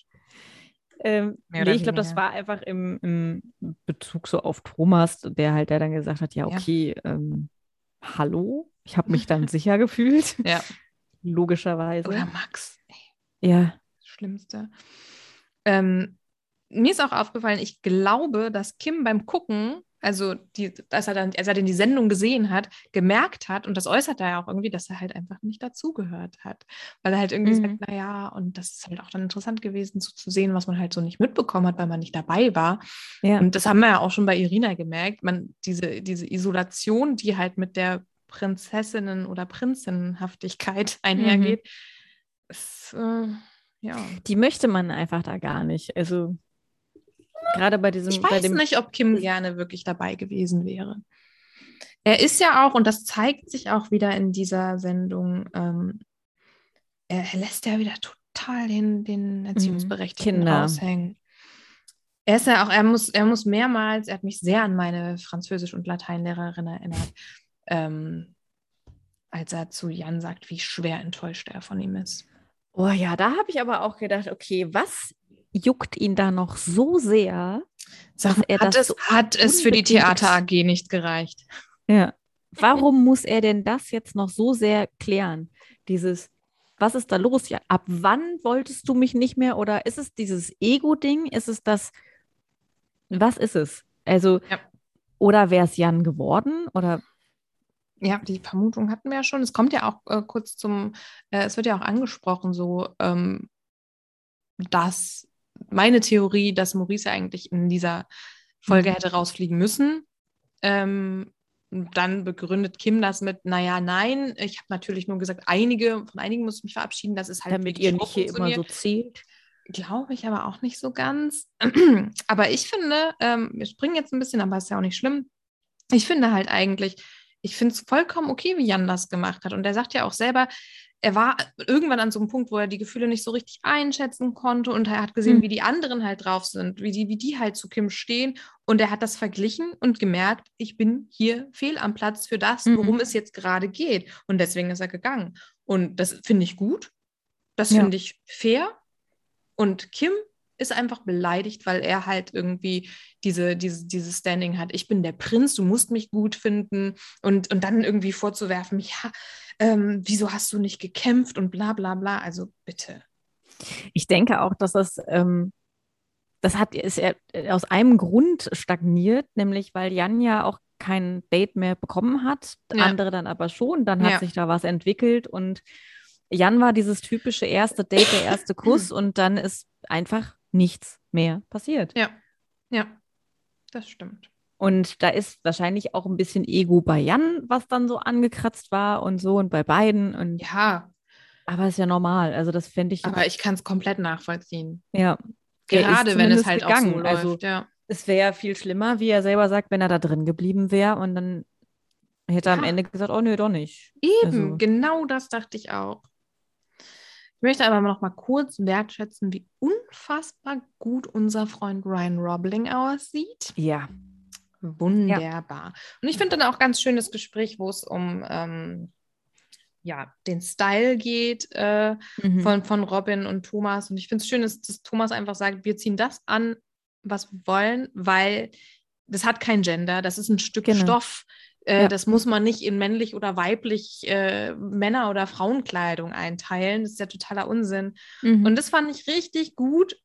Ähm, Mehr nee, oder ich glaube, das weniger. war einfach im, im Bezug so auf Thomas, der halt der dann gesagt hat, ja, Ja. okay, ähm, hallo, ich habe mich dann sicher gefühlt, Ja. logischerweise. Oder Max. Ey, Ja, das Schlimmste. Ähm, mir ist auch aufgefallen, ich glaube, dass Kim beim Gucken, also die, als, er dann, als er dann die Sendung gesehen hat, gemerkt hat, und das äußert er ja auch irgendwie, dass er halt einfach nicht dazugehört hat. Weil er halt irgendwie Mhm. sagt, naja, und das ist halt auch dann interessant gewesen, so zu sehen, was man halt so nicht mitbekommen hat, weil man nicht dabei war. ja. Und das haben wir ja auch schon bei Irina gemerkt, man, diese, diese Isolation, die halt mit der Prinzessinnen- oder Prinzenhaftigkeit einhergeht, ist, äh, ja. die möchte man einfach da gar nicht. Also gerade bei diesem, Ich bei weiß dem, nicht, ob Kim gerne wirklich dabei gewesen wäre. Er ist ja auch, und das zeigt sich auch wieder in dieser Sendung, ähm, er lässt ja wieder total den, den Erziehungsberechtigten Mhm, Kinder. raushängen. Er ist ja auch, er muss, er muss mehrmals, er hat mich sehr an meine Französisch- und Lateinlehrerin erinnert, ähm, als er zu Jan sagt, wie schwer enttäuscht er von ihm ist. oh ja, da habe ich aber auch gedacht, okay, was juckt ihn da noch so sehr? Sag, Dass mal, er hat, das es, hat es für die unbedingt- Theater AG nicht gereicht? Ja. Warum muss er denn das jetzt noch so sehr klären? Dieses, was ist da los? Ja, ab wann wolltest du mich nicht mehr? Oder ist es dieses Ego-Ding? Ist es das, was ist es? Also, Ja. oder wäre es Jan geworden? Oder Ja, die Vermutung hatten wir ja schon. Es kommt ja auch äh, kurz zum, äh, es wird ja auch angesprochen, so, ähm, dass meine Theorie, dass Maurice ja eigentlich in dieser Folge Mhm. hätte rausfliegen müssen. Ähm, dann begründet Kim das mit, naja, nein, ich habe natürlich nur gesagt, einige, von einigen muss ich mich verabschieden, das ist halt damit wie die ihr Show nicht hier immer funktioniert. so zählt? Glaube ich aber auch nicht so ganz. aber ich finde, ähm, wir springen jetzt ein bisschen, aber ist ja auch nicht schlimm. Ich finde halt eigentlich, ich finde es vollkommen okay, wie Jan das gemacht hat. Und er sagt ja auch selber, er war irgendwann an so einem Punkt, wo er die Gefühle nicht so richtig einschätzen konnte und er hat gesehen, Hm. wie die anderen halt drauf sind, wie die, wie die halt zu Kim stehen. Und er hat das verglichen und gemerkt, ich bin hier fehl am Platz für das, Mhm. worum es jetzt gerade geht. Und deswegen ist er gegangen. Und das finde ich gut. Das Ja. finde ich fair. Und Kim ist einfach beleidigt, weil er halt irgendwie diese, diese, dieses Standing hat. Ich bin der Prinz, du musst mich gut finden. Und, und dann irgendwie vorzuwerfen, ja, ähm, wieso hast du nicht gekämpft und bla bla bla. Also bitte. Ich denke auch, dass das, ähm, das hat, ist er aus einem Grund stagniert, nämlich weil Jan ja auch kein Date mehr bekommen hat, Ja. andere dann aber schon, dann hat Ja. sich da was entwickelt und Jan war dieses typische erste Date, der erste Kuss und dann ist einfach nichts mehr passiert. Ja, ja, das stimmt. Und da ist wahrscheinlich auch ein bisschen Ego bei Jan, was dann so angekratzt war und so und bei beiden und Ja, aber ist ja normal, also das finde ich aber ich kann es komplett nachvollziehen. ja. Er ist Gerade wenn es zumindest halt auch so gegangen, läuft. also- ja. Es wäre viel schlimmer, wie er selber sagt, wenn er da drin geblieben wäre und dann hätte er am Ja. Ende gesagt, oh nö, doch nicht. Eben, Also- genau das dachte ich auch. Ich möchte aber noch mal kurz wertschätzen, wie unfassbar gut unser Freund Ryan Roebling aussieht. Ja. Wunderbar. Und ich finde dann auch ganz schön das Gespräch, wo es um ähm, ja, den Style geht äh, Mhm. von, von Robin und Thomas. Und ich finde es schön, dass, dass Thomas einfach sagt, wir ziehen das an, was wir wollen, weil das hat kein Gender, das ist ein Stück Genau. Stoff. Äh, Ja. Das muss man nicht in männlich oder weiblich äh, Männer- oder Frauenkleidung einteilen. Das ist ja totaler Unsinn. Mhm. Und das fand ich richtig gut.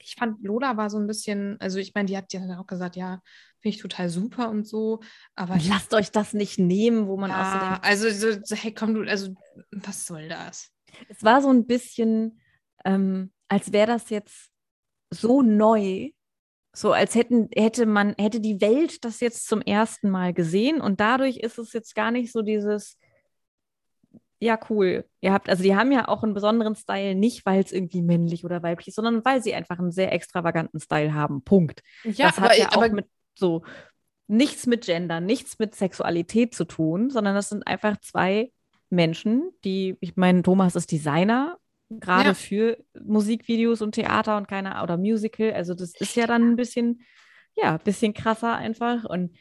Ich fand, Lola war so ein bisschen, also ich meine, die hat ja dann auch gesagt, ja, finde ich total super und so. Aber lasst euch das nicht nehmen, wo man auch so ja, denkt. also so, so, hey, komm du, also was soll das? Es war so ein bisschen, ähm, als wäre das jetzt so neu. So als hätten, hätte man, hätte die Welt das jetzt zum ersten Mal gesehen und dadurch ist es jetzt gar nicht so dieses, ja, cool. Ihr habt, also die haben ja auch einen besonderen Style, nicht weil es irgendwie männlich oder weiblich ist, sondern weil sie einfach einen sehr extravaganten Style haben. Punkt. Ja, das hat ja auch mit so nichts mit Gender, nichts mit Sexualität zu tun, sondern das sind einfach zwei Menschen, die, ich meine, Thomas ist Designer, gerade Ja. für Musikvideos und Theater und keine oder Musical. Also das ist ja dann ein bisschen, ja, ein bisschen krasser einfach. Und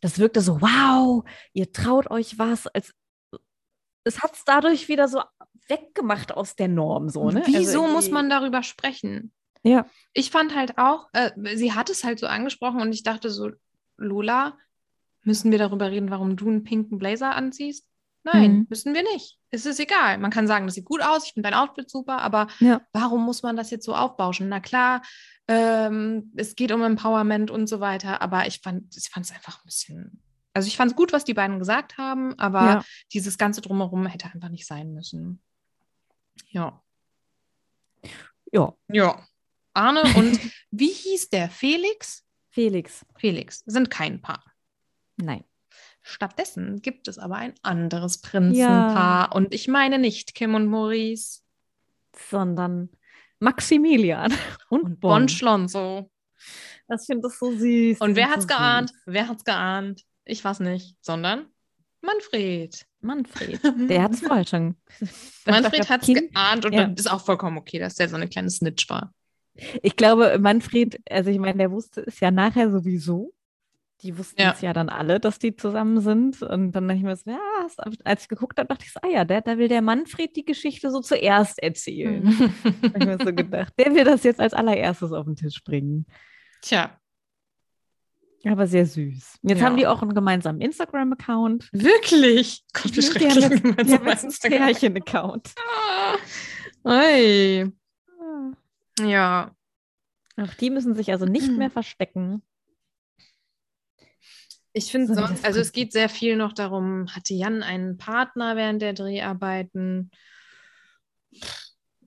das wirkte so, wow, ihr traut euch was, als es hat es dadurch wieder so weggemacht aus der Norm, so, ne? Also Wieso muss irgendwie- man darüber sprechen? Ja. Ich fand halt auch, äh, sie hat es halt so angesprochen und ich dachte so, Lola, müssen wir darüber reden, warum du einen pinken Blazer anziehst? Nein, Mhm. müssen wir nicht. Es ist egal. Man kann sagen, das sieht gut aus, ich finde dein Outfit super, aber Ja. warum muss man das jetzt so aufbauschen? Na klar, ähm, es geht um Empowerment und so weiter, aber ich fand ich fand es einfach ein bisschen. Also ich fand es gut, was die beiden gesagt haben, aber Ja. dieses ganze drumherum hätte einfach nicht sein müssen. Ja. ja, Ja. Arne und wie hieß der? Felix? Felix, Felix sind kein Paar. nein. Stattdessen gibt es aber ein anderes Prinzenpaar. Und ich meine nicht Kim und Maurice sondern Maximilian und, und Bon, Bon. Schlonzo. Das finde ich so süß. Und die wer sind hat's so geahnt? süß. Wer hat's geahnt? Ich weiß nicht, sondern Manfred. Manfred. Der hat es vorher schon. Manfred hat's Kim- geahnt und Ja. dann ist auch vollkommen okay, dass der so eine kleine Snitch war. Ich glaube, Manfred, also ich meine, der wusste es ja nachher sowieso. Die wussten Ja. es ja dann alle, dass die zusammen sind. Und dann dachte ich mir so, ja, das- als ich geguckt habe, dachte ich so, ah ja, da, da will der Manfred die Geschichte so zuerst erzählen. Mhm. Hab ich mir so gedacht. Der will das jetzt als allererstes auf den Tisch bringen. Tja. Aber sehr süß. Jetzt Ja. haben die auch einen gemeinsamen Instagram-Account. Wirklich? Gott, wie Die haben jetzt- schrecklich. wenn man Die so haben bei jetzt einen Instagram- Pärchen-Account. Ah. Ui. Ja. Auch Ah. die müssen sich also nicht mehr verstecken. Ich finde So, das sonst, also es Prinzip. geht sehr viel noch darum, hatte Jan einen Partner während der Dreharbeiten?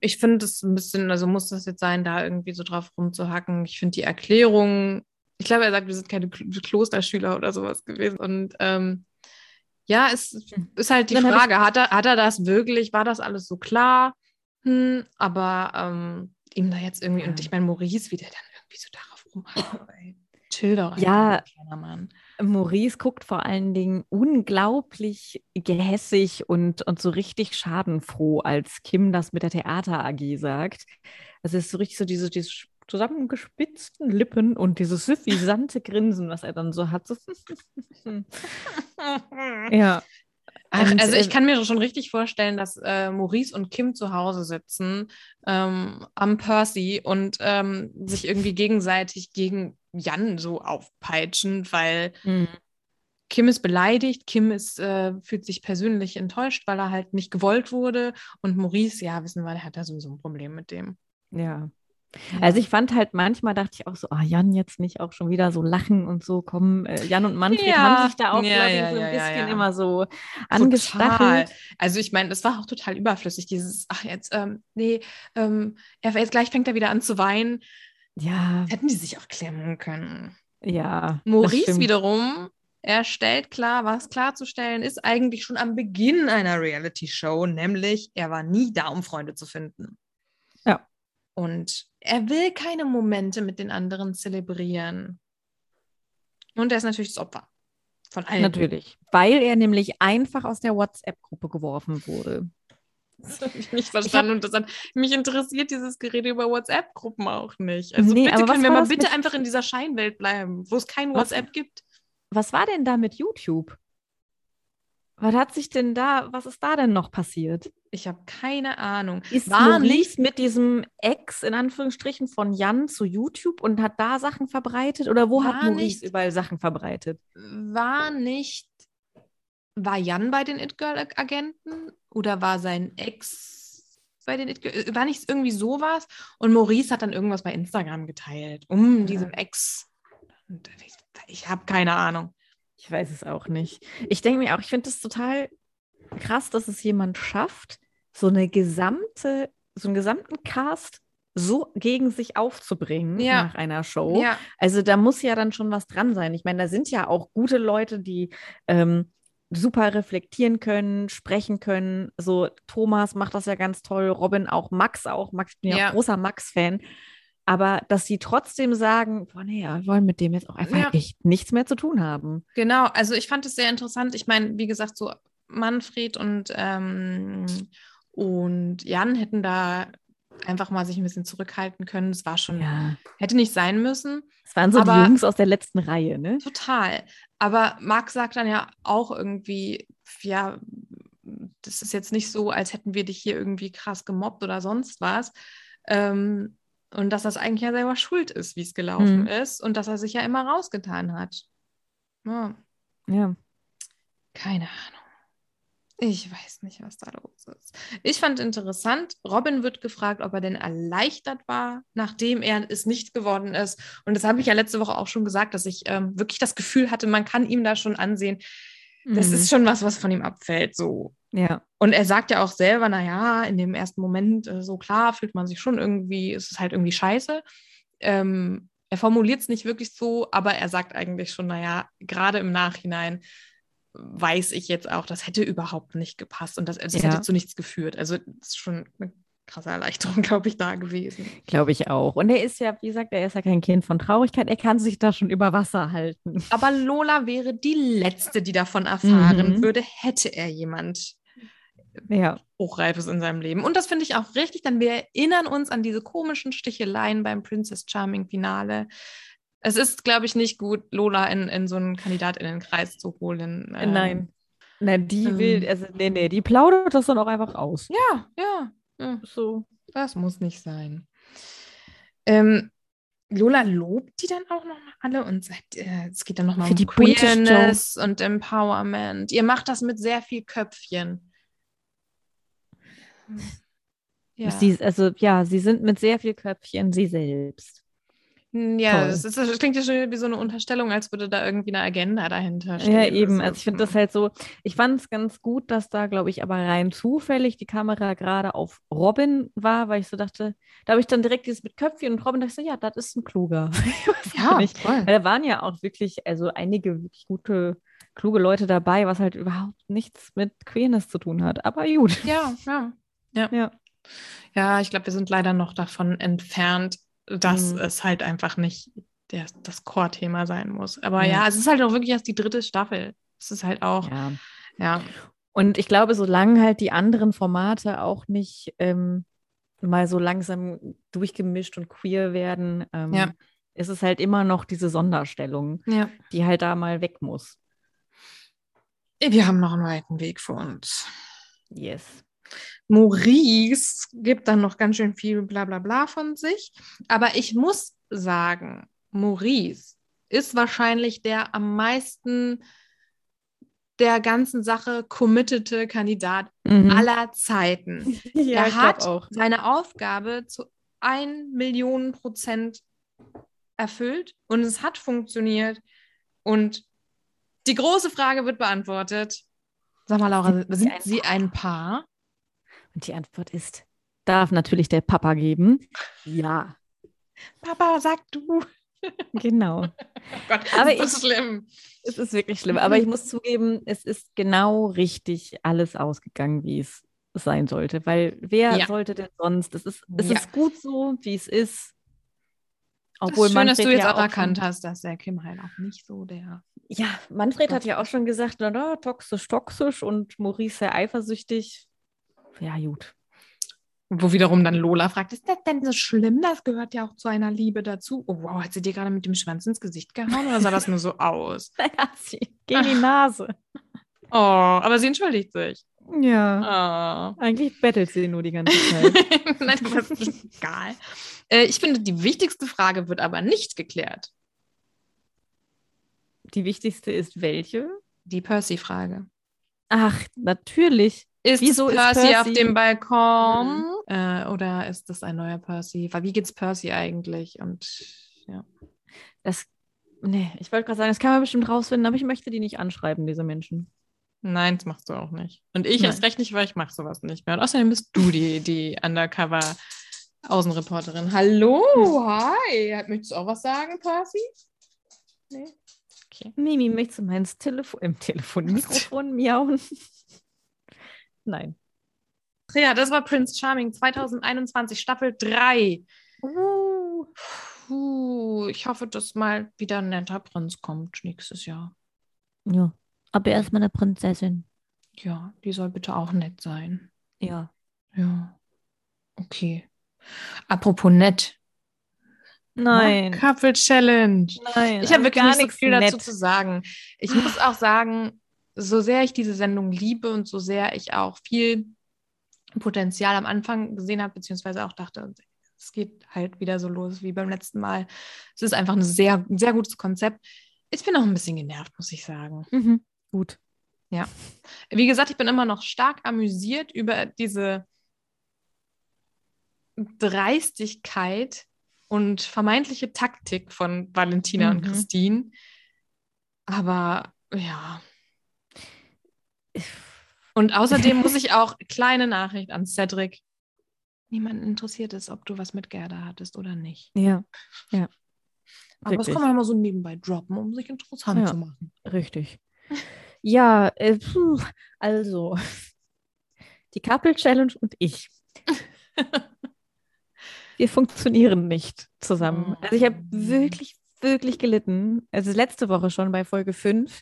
Ich finde es ein bisschen, also muss das jetzt sein, da irgendwie so drauf rumzuhacken. Ich finde die Erklärung, ich glaube, er sagt, wir sind keine Kl- Klosterschüler oder sowas gewesen. Und ähm, ja, es ist halt die Hm. Dann hab ich- Frage, hat er, hat er das wirklich, war das alles so klar? Hm, aber ähm, ihm da jetzt irgendwie, und Ja. ich meine, Maurice, wie der dann irgendwie so darauf rumhackt. ey. Chill doch einfach, Ja. kleiner Mann. Maurice guckt vor allen Dingen unglaublich gehässig und, und so richtig schadenfroh, als Kim das mit der Theater-AG sagt. Also es ist so richtig so diese, diese sch- zusammengespitzten Lippen und dieses suffisante Grinsen, was er dann so hat. So ja. Ach, Und, also äh, ich kann mir schon richtig vorstellen, dass äh, Maurice und Kim zu Hause sitzen ähm, am Percy und ähm, sich irgendwie gegenseitig gegen Jan so aufpeitschen, weil Hm. Kim ist beleidigt, Kim ist, äh, fühlt sich persönlich enttäuscht, weil er halt nicht gewollt wurde und Maurice, ja, wissen wir, der hat da sowieso ein Problem mit dem. Ja. Ja. Also ich fand halt manchmal dachte ich auch so, ah, Jan jetzt nicht auch schon wieder so lachen und so kommen. Äh, Jan und Manfred Ja. haben sich da auch Ja, glaub ich, ja, so ein ja, ja, bisschen ja. immer so Total. angestachelt. Also ich meine, das war auch total überflüssig, dieses, ach jetzt, ähm, nee, ähm, er, jetzt gleich fängt er wieder an zu weinen. Ja, Hätten die sich auch klemmen können. ja. das Maurice stimmt. wiederum, er stellt klar, was klarzustellen ist eigentlich schon am Beginn einer Reality-Show, nämlich er war nie da, um Freunde zu finden. Ja. Und er will keine Momente mit den anderen zelebrieren. Und er ist natürlich das Opfer. Von allen. Natürlich. Weil er nämlich einfach aus der WhatsApp-Gruppe geworfen wurde. Das habe ich nicht verstanden. und das hat, mich interessiert dieses Gerede über WhatsApp-Gruppen auch nicht. Also Nee, bitte aber was können wir war mal das bitte mit- einfach in dieser Scheinwelt bleiben, wo es kein Was- WhatsApp gibt. Was war denn da mit YouTube? Was hat sich denn da, was ist da denn noch passiert? Ich habe keine Ahnung. Ist War Maurice nicht- mit diesem Ex in Anführungsstrichen von Jan zu YouTube und hat da Sachen verbreitet? Oder wo hat War Maurice nicht- überall Sachen verbreitet? War nicht, war Jan bei den It-Girl-Agenten oder war sein Ex bei den It-Girl? äh, War nicht irgendwie sowas? Und Maurice hat dann irgendwas bei Instagram geteilt, um Ja. diesem Ex. Und Ich, ich habe keine Ahnung. Ich weiß es auch nicht. Ich denke mir auch, ich finde es total krass, dass es jemand schafft, so eine gesamte, so einen gesamten Cast so gegen sich aufzubringen Ja. nach einer Show. Ja. Also da muss ja dann schon was dran sein. Ich meine, da sind ja auch gute Leute, die ähm, super reflektieren können, sprechen können. So Thomas macht das ja ganz toll, Robin auch, Max auch. Max, ich bin ja, Ja. auch großer Max-Fan. Aber dass sie trotzdem sagen, boah, nee, ja, wir wollen mit dem jetzt auch einfach Ja. echt nichts mehr zu tun haben. Genau, also ich fand es sehr interessant. Ich meine, wie gesagt, so Manfred und, ähm, und Jan hätten da einfach mal sich ein bisschen zurückhalten können. Es war schon, Ja. hätte nicht sein müssen. Es waren so Aber- die Jungs aus der letzten Reihe, ne? Total. Aber Marc sagt dann ja auch irgendwie, ja, das ist jetzt nicht so, als hätten wir dich hier irgendwie krass gemobbt oder sonst was. Ähm, und dass das eigentlich ja selber schuld ist, wie es gelaufen Mhm. ist und dass er sich ja immer rausgetan hat. Ja, Ja. keine Ahnung. Ich weiß nicht, was da los ist. Ich fand interessant, Robin wird gefragt, ob er denn erleichtert war, nachdem er es nicht geworden ist. Und das habe ich ja letzte Woche auch schon gesagt, dass ich ähm, wirklich das Gefühl hatte, man kann ihm da schon ansehen, das ist schon was, was von ihm abfällt. So. Mhm. ja. Und er sagt ja auch selber, naja, in dem ersten Moment, äh, so klar, fühlt man sich schon irgendwie, es ist halt irgendwie scheiße. Ähm, er formuliert es nicht wirklich so, aber er sagt eigentlich schon, naja, gerade im Nachhinein weiß ich jetzt auch, das hätte überhaupt nicht gepasst und das, das Ja. hätte zu nichts geführt. Also das ist schon eine krasse Erleichterung, glaube ich, da gewesen. Glaube ich auch. Und er ist ja, wie gesagt, er ist ja kein Kind von Traurigkeit. Er kann sich da schon über Wasser halten. Aber Lola wäre die Letzte, die davon erfahren Mhm. würde, hätte er jemand Ja. Hochreifes in seinem Leben. Und das finde ich auch richtig, denn wir erinnern uns an diese komischen Sticheleien beim Princess Charming Finale. Es ist, glaube ich, nicht gut, Lola in, in so einen Kandidatinnenkreis zu holen. Ähm, Äh, Nein. Nein, die ähm. will, also nee, nee, die plaudert das dann auch einfach aus. Ja, ja, ja, So. das muss nicht sein. Ähm, Lola lobt die dann auch nochmal alle und sagt, äh, es geht dann nochmal Für um die bunte Queerness und Empowerment. Ihr macht das mit sehr viel Köpfchen. Ja, Sie, also ja, sie sind mit sehr viel Köpfchen sie selbst. Hm, ja toll. das, ist, das klingt ja schon wieder wie so eine Unterstellung, als würde da irgendwie eine Agenda dahinter stehen. Ja, eben. Also, Also ich finde das halt so, ich fand es ganz gut, dass da, glaube ich, aber rein zufällig die Kamera gerade auf Robin war, weil ich so dachte, da habe ich dann direkt dieses mit Köpfchen und Robin dachte ich so, ja, das ist ein kluger. Weiß ja, halt nicht. Also voll. Weil da waren ja auch wirklich, also einige wirklich gute, kluge Leute dabei, was halt überhaupt nichts mit Queerness zu tun hat. Aber gut. ja, ja. Ja. Ja, ich glaube, wir sind leider noch davon entfernt, dass Mhm. es halt einfach nicht der, das Core-Thema sein muss. Aber Ja. ja. es ist halt auch wirklich erst die dritte Staffel. Es ist halt auch, ja. ja. Und ich glaube, solange halt die anderen Formate auch nicht ähm, mal so langsam durchgemischt und queer werden, ähm, Ja. ist es halt immer noch diese Sonderstellung, ja. die halt da mal weg muss. Wir haben noch einen weiten Weg vor uns. Yes. Maurice gibt dann noch ganz schön viel Blablabla von sich. Aber ich muss sagen, Maurice ist wahrscheinlich der am meisten der ganzen Sache committete Kandidat aller Zeiten. Mhm. Ja, er ich hat glaub auch. seine Aufgabe zu 1 Million Prozent erfüllt und es hat funktioniert. Und die große Frage wird beantwortet. Sag mal, Laura, sind, ein sie ein Paar? Und die Antwort ist, darf natürlich der Papa geben. Ja, Papa, sag du. genau. Oh Gott, Aber ist das ich- schlimm. Es ist wirklich schlimm. Aber Mhm. ich muss zugeben, es ist genau richtig alles ausgegangen, wie es sein sollte. Weil wer Ja. sollte denn sonst? Es ist, es Ja. ist gut so, wie es ist. Obwohl, schön, dass Manfred du jetzt ja auch schon- erkannt hast, dass der Kim halt auch nicht so der. Ja, Manfred hat ja auch schon gesagt, na, na, toxisch, toxisch und Maurice sehr eifersüchtig. Ja, gut. Wo wiederum dann Lola fragt, ist das denn so schlimm? Das gehört ja auch zu einer Liebe dazu. Oh wow, hat sie dir gerade mit dem Schwanz ins Gesicht gehauen oder sah das nur so aus? Da hat sie gegen die Nase. Oh, aber sie entschuldigt sich. Ja. Oh. Eigentlich bettelt sie nur die ganze Zeit. Nein, aber es ist egal. Äh, ich finde, die wichtigste Frage wird aber nicht geklärt. die wichtigste ist welche? Die Percy-Frage. Ach, natürlich. Ist Wieso es ist Percy, auf Percy- dem Balkon? Äh, oder ist das ein neuer Percy? Weil Wie geht's Percy eigentlich? Und ja. Das, nee, ich wollte gerade sagen, das kann man bestimmt rausfinden, aber ich möchte die nicht anschreiben, diese Menschen. Nein, das machst du auch nicht. Und ich Nein. erst recht nicht, weil ich mache sowas nicht mehr. Und außerdem bist du die, die Undercover Außenreporterin. Hallo, hi. Möchtest du auch was sagen, Percy? Nee. Okay. Mimi, möchtest du mal ins Telefon, im Telefon, Mikrofon miauen? Nein. Ja, das war Prince Charming 2021, Staffel 3. Uh, Puh, ich hoffe, dass mal wieder ein netter Prinz kommt nächstes Jahr. Ja, aber erstmal eine Prinzessin. Ja, die soll bitte auch nett sein. Ja. Ja. Okay. Apropos nett. Nein. Couple Challenge. Nein. Ich habe also wirklich gar nicht so nichts viel dazu nett. zu sagen. Ich muss auch sagen, so sehr ich diese Sendung liebe und so sehr ich auch viel Potenzial am Anfang gesehen habe, beziehungsweise auch dachte, es geht halt wieder so los wie beim letzten Mal. Es ist einfach ein sehr, ein sehr gutes Konzept. Ich bin auch ein bisschen genervt, muss ich sagen. Mhm. Gut. Wie gesagt, ich bin immer noch stark amüsiert über diese Dreistigkeit und vermeintliche Taktik von Valentina und Mhm. Christine. Aber ja. Und außerdem muss ich auch kleine Nachricht an Cedric. Niemanden interessiert es, ob du was mit Gerda hattest oder nicht. Ja. Ja. Aber das Wirklich. kann man immer so nebenbei droppen, um sich interessant Ja. zu machen. Richtig. Ja, äh, puh, also die Couple Challenge und ich. Wir funktionieren nicht zusammen. Also ich habe Mm. wirklich, wirklich gelitten. Also letzte Woche schon bei Folge 5.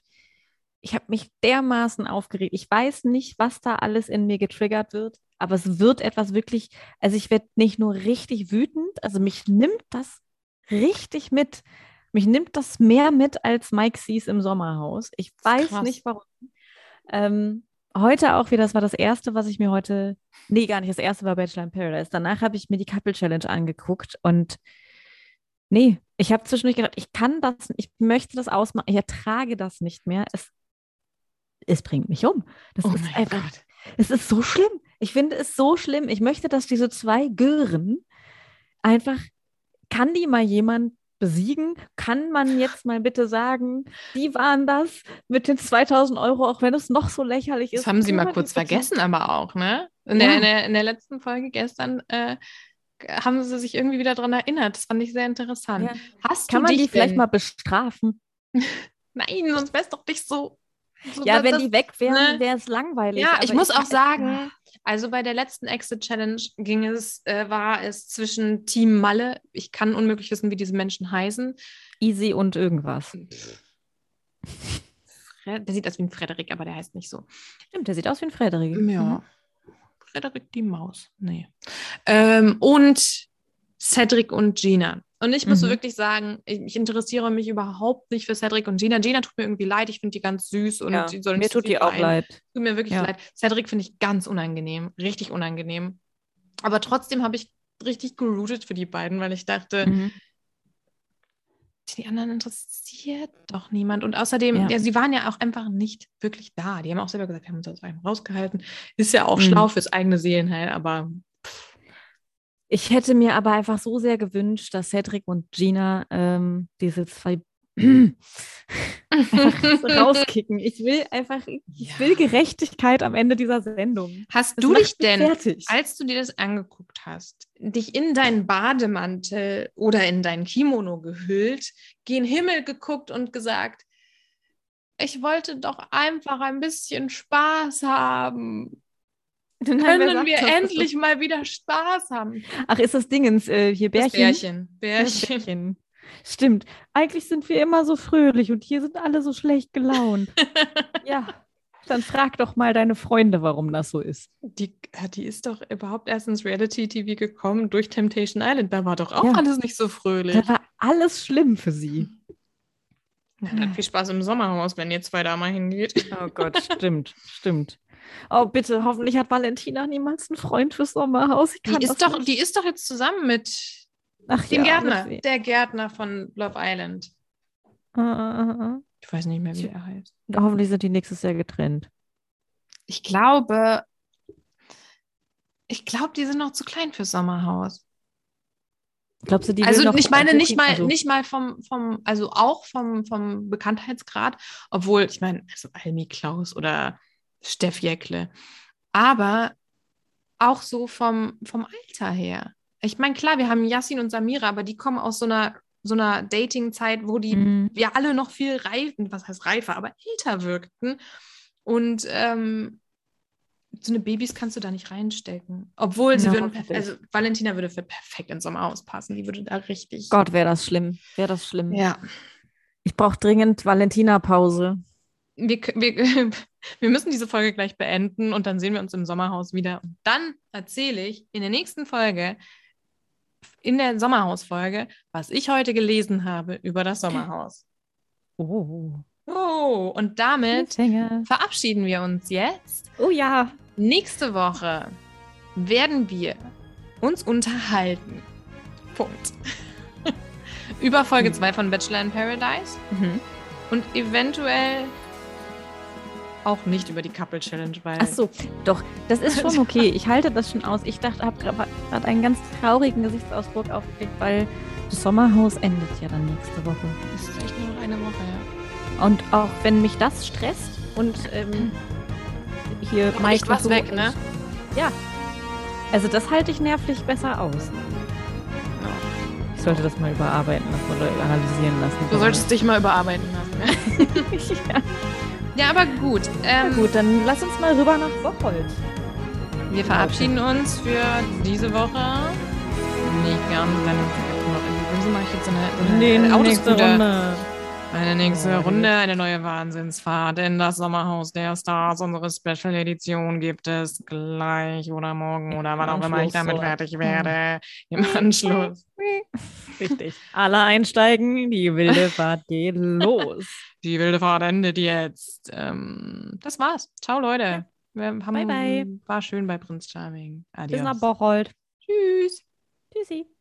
Ich habe mich dermaßen aufgeregt. Ich weiß nicht, was da alles in mir getriggert wird, aber es wird etwas wirklich, also ich werde nicht nur richtig wütend, also mich nimmt das richtig mit. Mich nimmt das mehr mit als Mike Sees im Sommerhaus. Ich weiß Krass. nicht warum. Ähm, heute auch wieder, das war das erste, was ich mir heute. Nee, gar nicht. Das erste war Bachelor in Paradise. Danach habe ich mir die Couple Challenge angeguckt und Nee, ich habe zwischendurch gedacht, ich kann das, ich möchte das ausmachen, ich ertrage das nicht mehr. Es, es bringt mich um. Das Oh ist mein einfach, Gott. es ist so schlimm. Ich finde es so schlimm. Ich möchte, dass diese zwei Gören einfach, kann die mal jemand besiegen? Kann man jetzt mal bitte sagen, die waren das mit den 2000 Euro, auch wenn es noch so lächerlich ist? Das haben sie Kann mal man kurz die bitte- vergessen, aber auch, ne? In, Ja. der, in, der, in der letzten Folge gestern äh, haben sie sich irgendwie wieder dran erinnert. Das fand ich sehr interessant. Ja. Hast Kann du man dich die vielleicht denn- mal bestrafen? Nein, sonst wär's doch nicht so. so Ja, das- wenn das- die weg wären, ne? wäre es langweilig. Ja, aber ich muss auch weiß- sagen, also bei der letzten Exit Challenge ging es, äh, war es zwischen Team Malle, ich kann unmöglich wissen, wie diese Menschen heißen. Easy und irgendwas. Fre- Der sieht aus wie ein Frederik, aber der heißt nicht so. Stimmt, der sieht aus wie ein Frederik. Mhm. Frederik die Maus. Nee. Ähm, und Cedric und Gina. Und ich muss Mhm. wirklich sagen, ich, ich interessiere mich überhaupt nicht für Cedric und Gina. Gina tut mir irgendwie leid, ich finde die ganz süß und Ja, die soll Mir nicht so tut viel die auch weinen. leid. Tut mir wirklich Ja. leid. Cedric finde ich ganz unangenehm, richtig unangenehm. Aber trotzdem habe ich richtig geroutet für die beiden, weil ich dachte, die anderen interessiert doch niemand. Und außerdem, Ja. ja. sie waren ja auch einfach nicht wirklich da. Die haben auch selber gesagt, wir haben uns aus einem rausgehalten. Ist ja auch Mhm. schlau fürs eigene Seelenheil, aber Ich hätte mir aber einfach so sehr gewünscht, dass Cedric und Gina ähm, diese zwei einfach rauskicken. Ich will einfach, ich will Gerechtigkeit am Ende dieser Sendung. Hast Das du macht dich mich denn, fertig. als du dir das angeguckt hast, dich in deinen Bademantel oder in dein Kimono gehüllt, gen Himmel geguckt und gesagt, ich wollte doch einfach ein bisschen Spaß haben. Nein, wer Können sagt wir das? endlich mal wieder Spaß haben? Ach, ist das Dingens äh, hier Das Bärchen? Bärchen. Das Bärchen. Bärchen. Stimmt. Eigentlich sind wir immer so fröhlich und hier sind alle so schlecht gelaunt. ja. Dann frag doch mal deine Freunde, warum das so ist. Die, ja, die ist doch überhaupt erst ins Reality-TV gekommen durch Temptation Island. Da war doch auch Ja. alles nicht so fröhlich. Da war alles schlimm für sie. Na, dann viel Spaß im Sommerhaus, wenn ihr zwei da mal hingeht. Oh Gott, stimmt, stimmt. Oh, bitte, hoffentlich hat Valentina niemals einen Freund fürs Sommerhaus. Ich kann Die das ist, doch, nicht. die ist doch jetzt zusammen mit Ach, dem ja, Gärtner, mit- der Gärtner von Love Island. Ah, ah, ah. Ich weiß nicht mehr, wie er heißt. Hoffentlich sind die nächstes Jahr getrennt. Ich glaube, ich glaube, die sind noch zu klein fürs Sommerhaus. Glaubst du, die will also noch ich meine nicht mal, also- nicht mal vom, vom, also auch vom, vom Bekanntheitsgrad, obwohl, ich meine, also Almi Klaus oder Steff Jäckle. Aber auch so vom, vom Alter her. Ich meine, klar, wir haben Yassin und Samira, aber die kommen aus so einer, so einer Dating-Zeit, wo die Mhm. wir alle noch viel reifen, was heißt reifer, aber älter wirkten. Und ähm, so eine Babys kannst du da nicht reinstecken. Obwohl sie Ja, würden, perf- hoffentlich. also Valentina würde für perfekt in so einem Haus passen. Die würde da richtig. Gott, wäre das schlimm. Wäre das schlimm. Ja. Ich brauche dringend Valentina-Pause. Wir, k- wir, wir müssen diese Folge gleich beenden und dann sehen wir uns im Sommerhaus wieder. Und dann erzähle ich in der nächsten Folge, in der Sommerhausfolge, was ich heute gelesen habe über das Sommerhaus. Oh. Oh, und damit Cliffhanger. verabschieden wir uns jetzt. Oh ja. Nächste Woche werden wir uns unterhalten. Punkt. Über Folge Mhm. 2 von Bachelor in Paradise und eventuell auch nicht über die Couple Challenge, weil Ach so, doch, das ist schon okay. Ich halte das schon aus. Ich dachte, habe gerade einen ganz traurigen Gesichtsausdruck aufgelegt, weil das Sommerhaus endet ja dann nächste Woche. es ist echt nur noch eine Woche. Ja. Und auch wenn mich das stresst und ähm, hier Aber Mike echt was so- weg, ne? Ja. Also das halte ich nervlich besser aus. Ich sollte das mal überarbeiten lassen oder analysieren lassen. Du solltest dich mal überarbeiten lassen. ne? ja. Ja, aber gut. Na Ähm, gut, dann lass uns mal rüber nach Bocholt. Wir verabschieden uns für diese Woche. Nicht ganz, dann wieso mache ich jetzt so eine, so eine äh, Autoscooter- Eine nächste Runde, eine neue Wahnsinnsfahrt in das Sommerhaus der Stars. Unsere Special Edition gibt es gleich oder morgen oder wann auch immer ich Anschluss, Hm. damit so. fertig werde. Im Anschluss. Richtig. Alle einsteigen, die wilde Fahrt geht los. Die wilde Fahrt endet jetzt. Ähm, das war's. Ciao, Leute. Wir haben, Bye, bye. War schön bei Prinz Charming. Adios. Bis nach Bocholt. Tschüss. Tschüssi.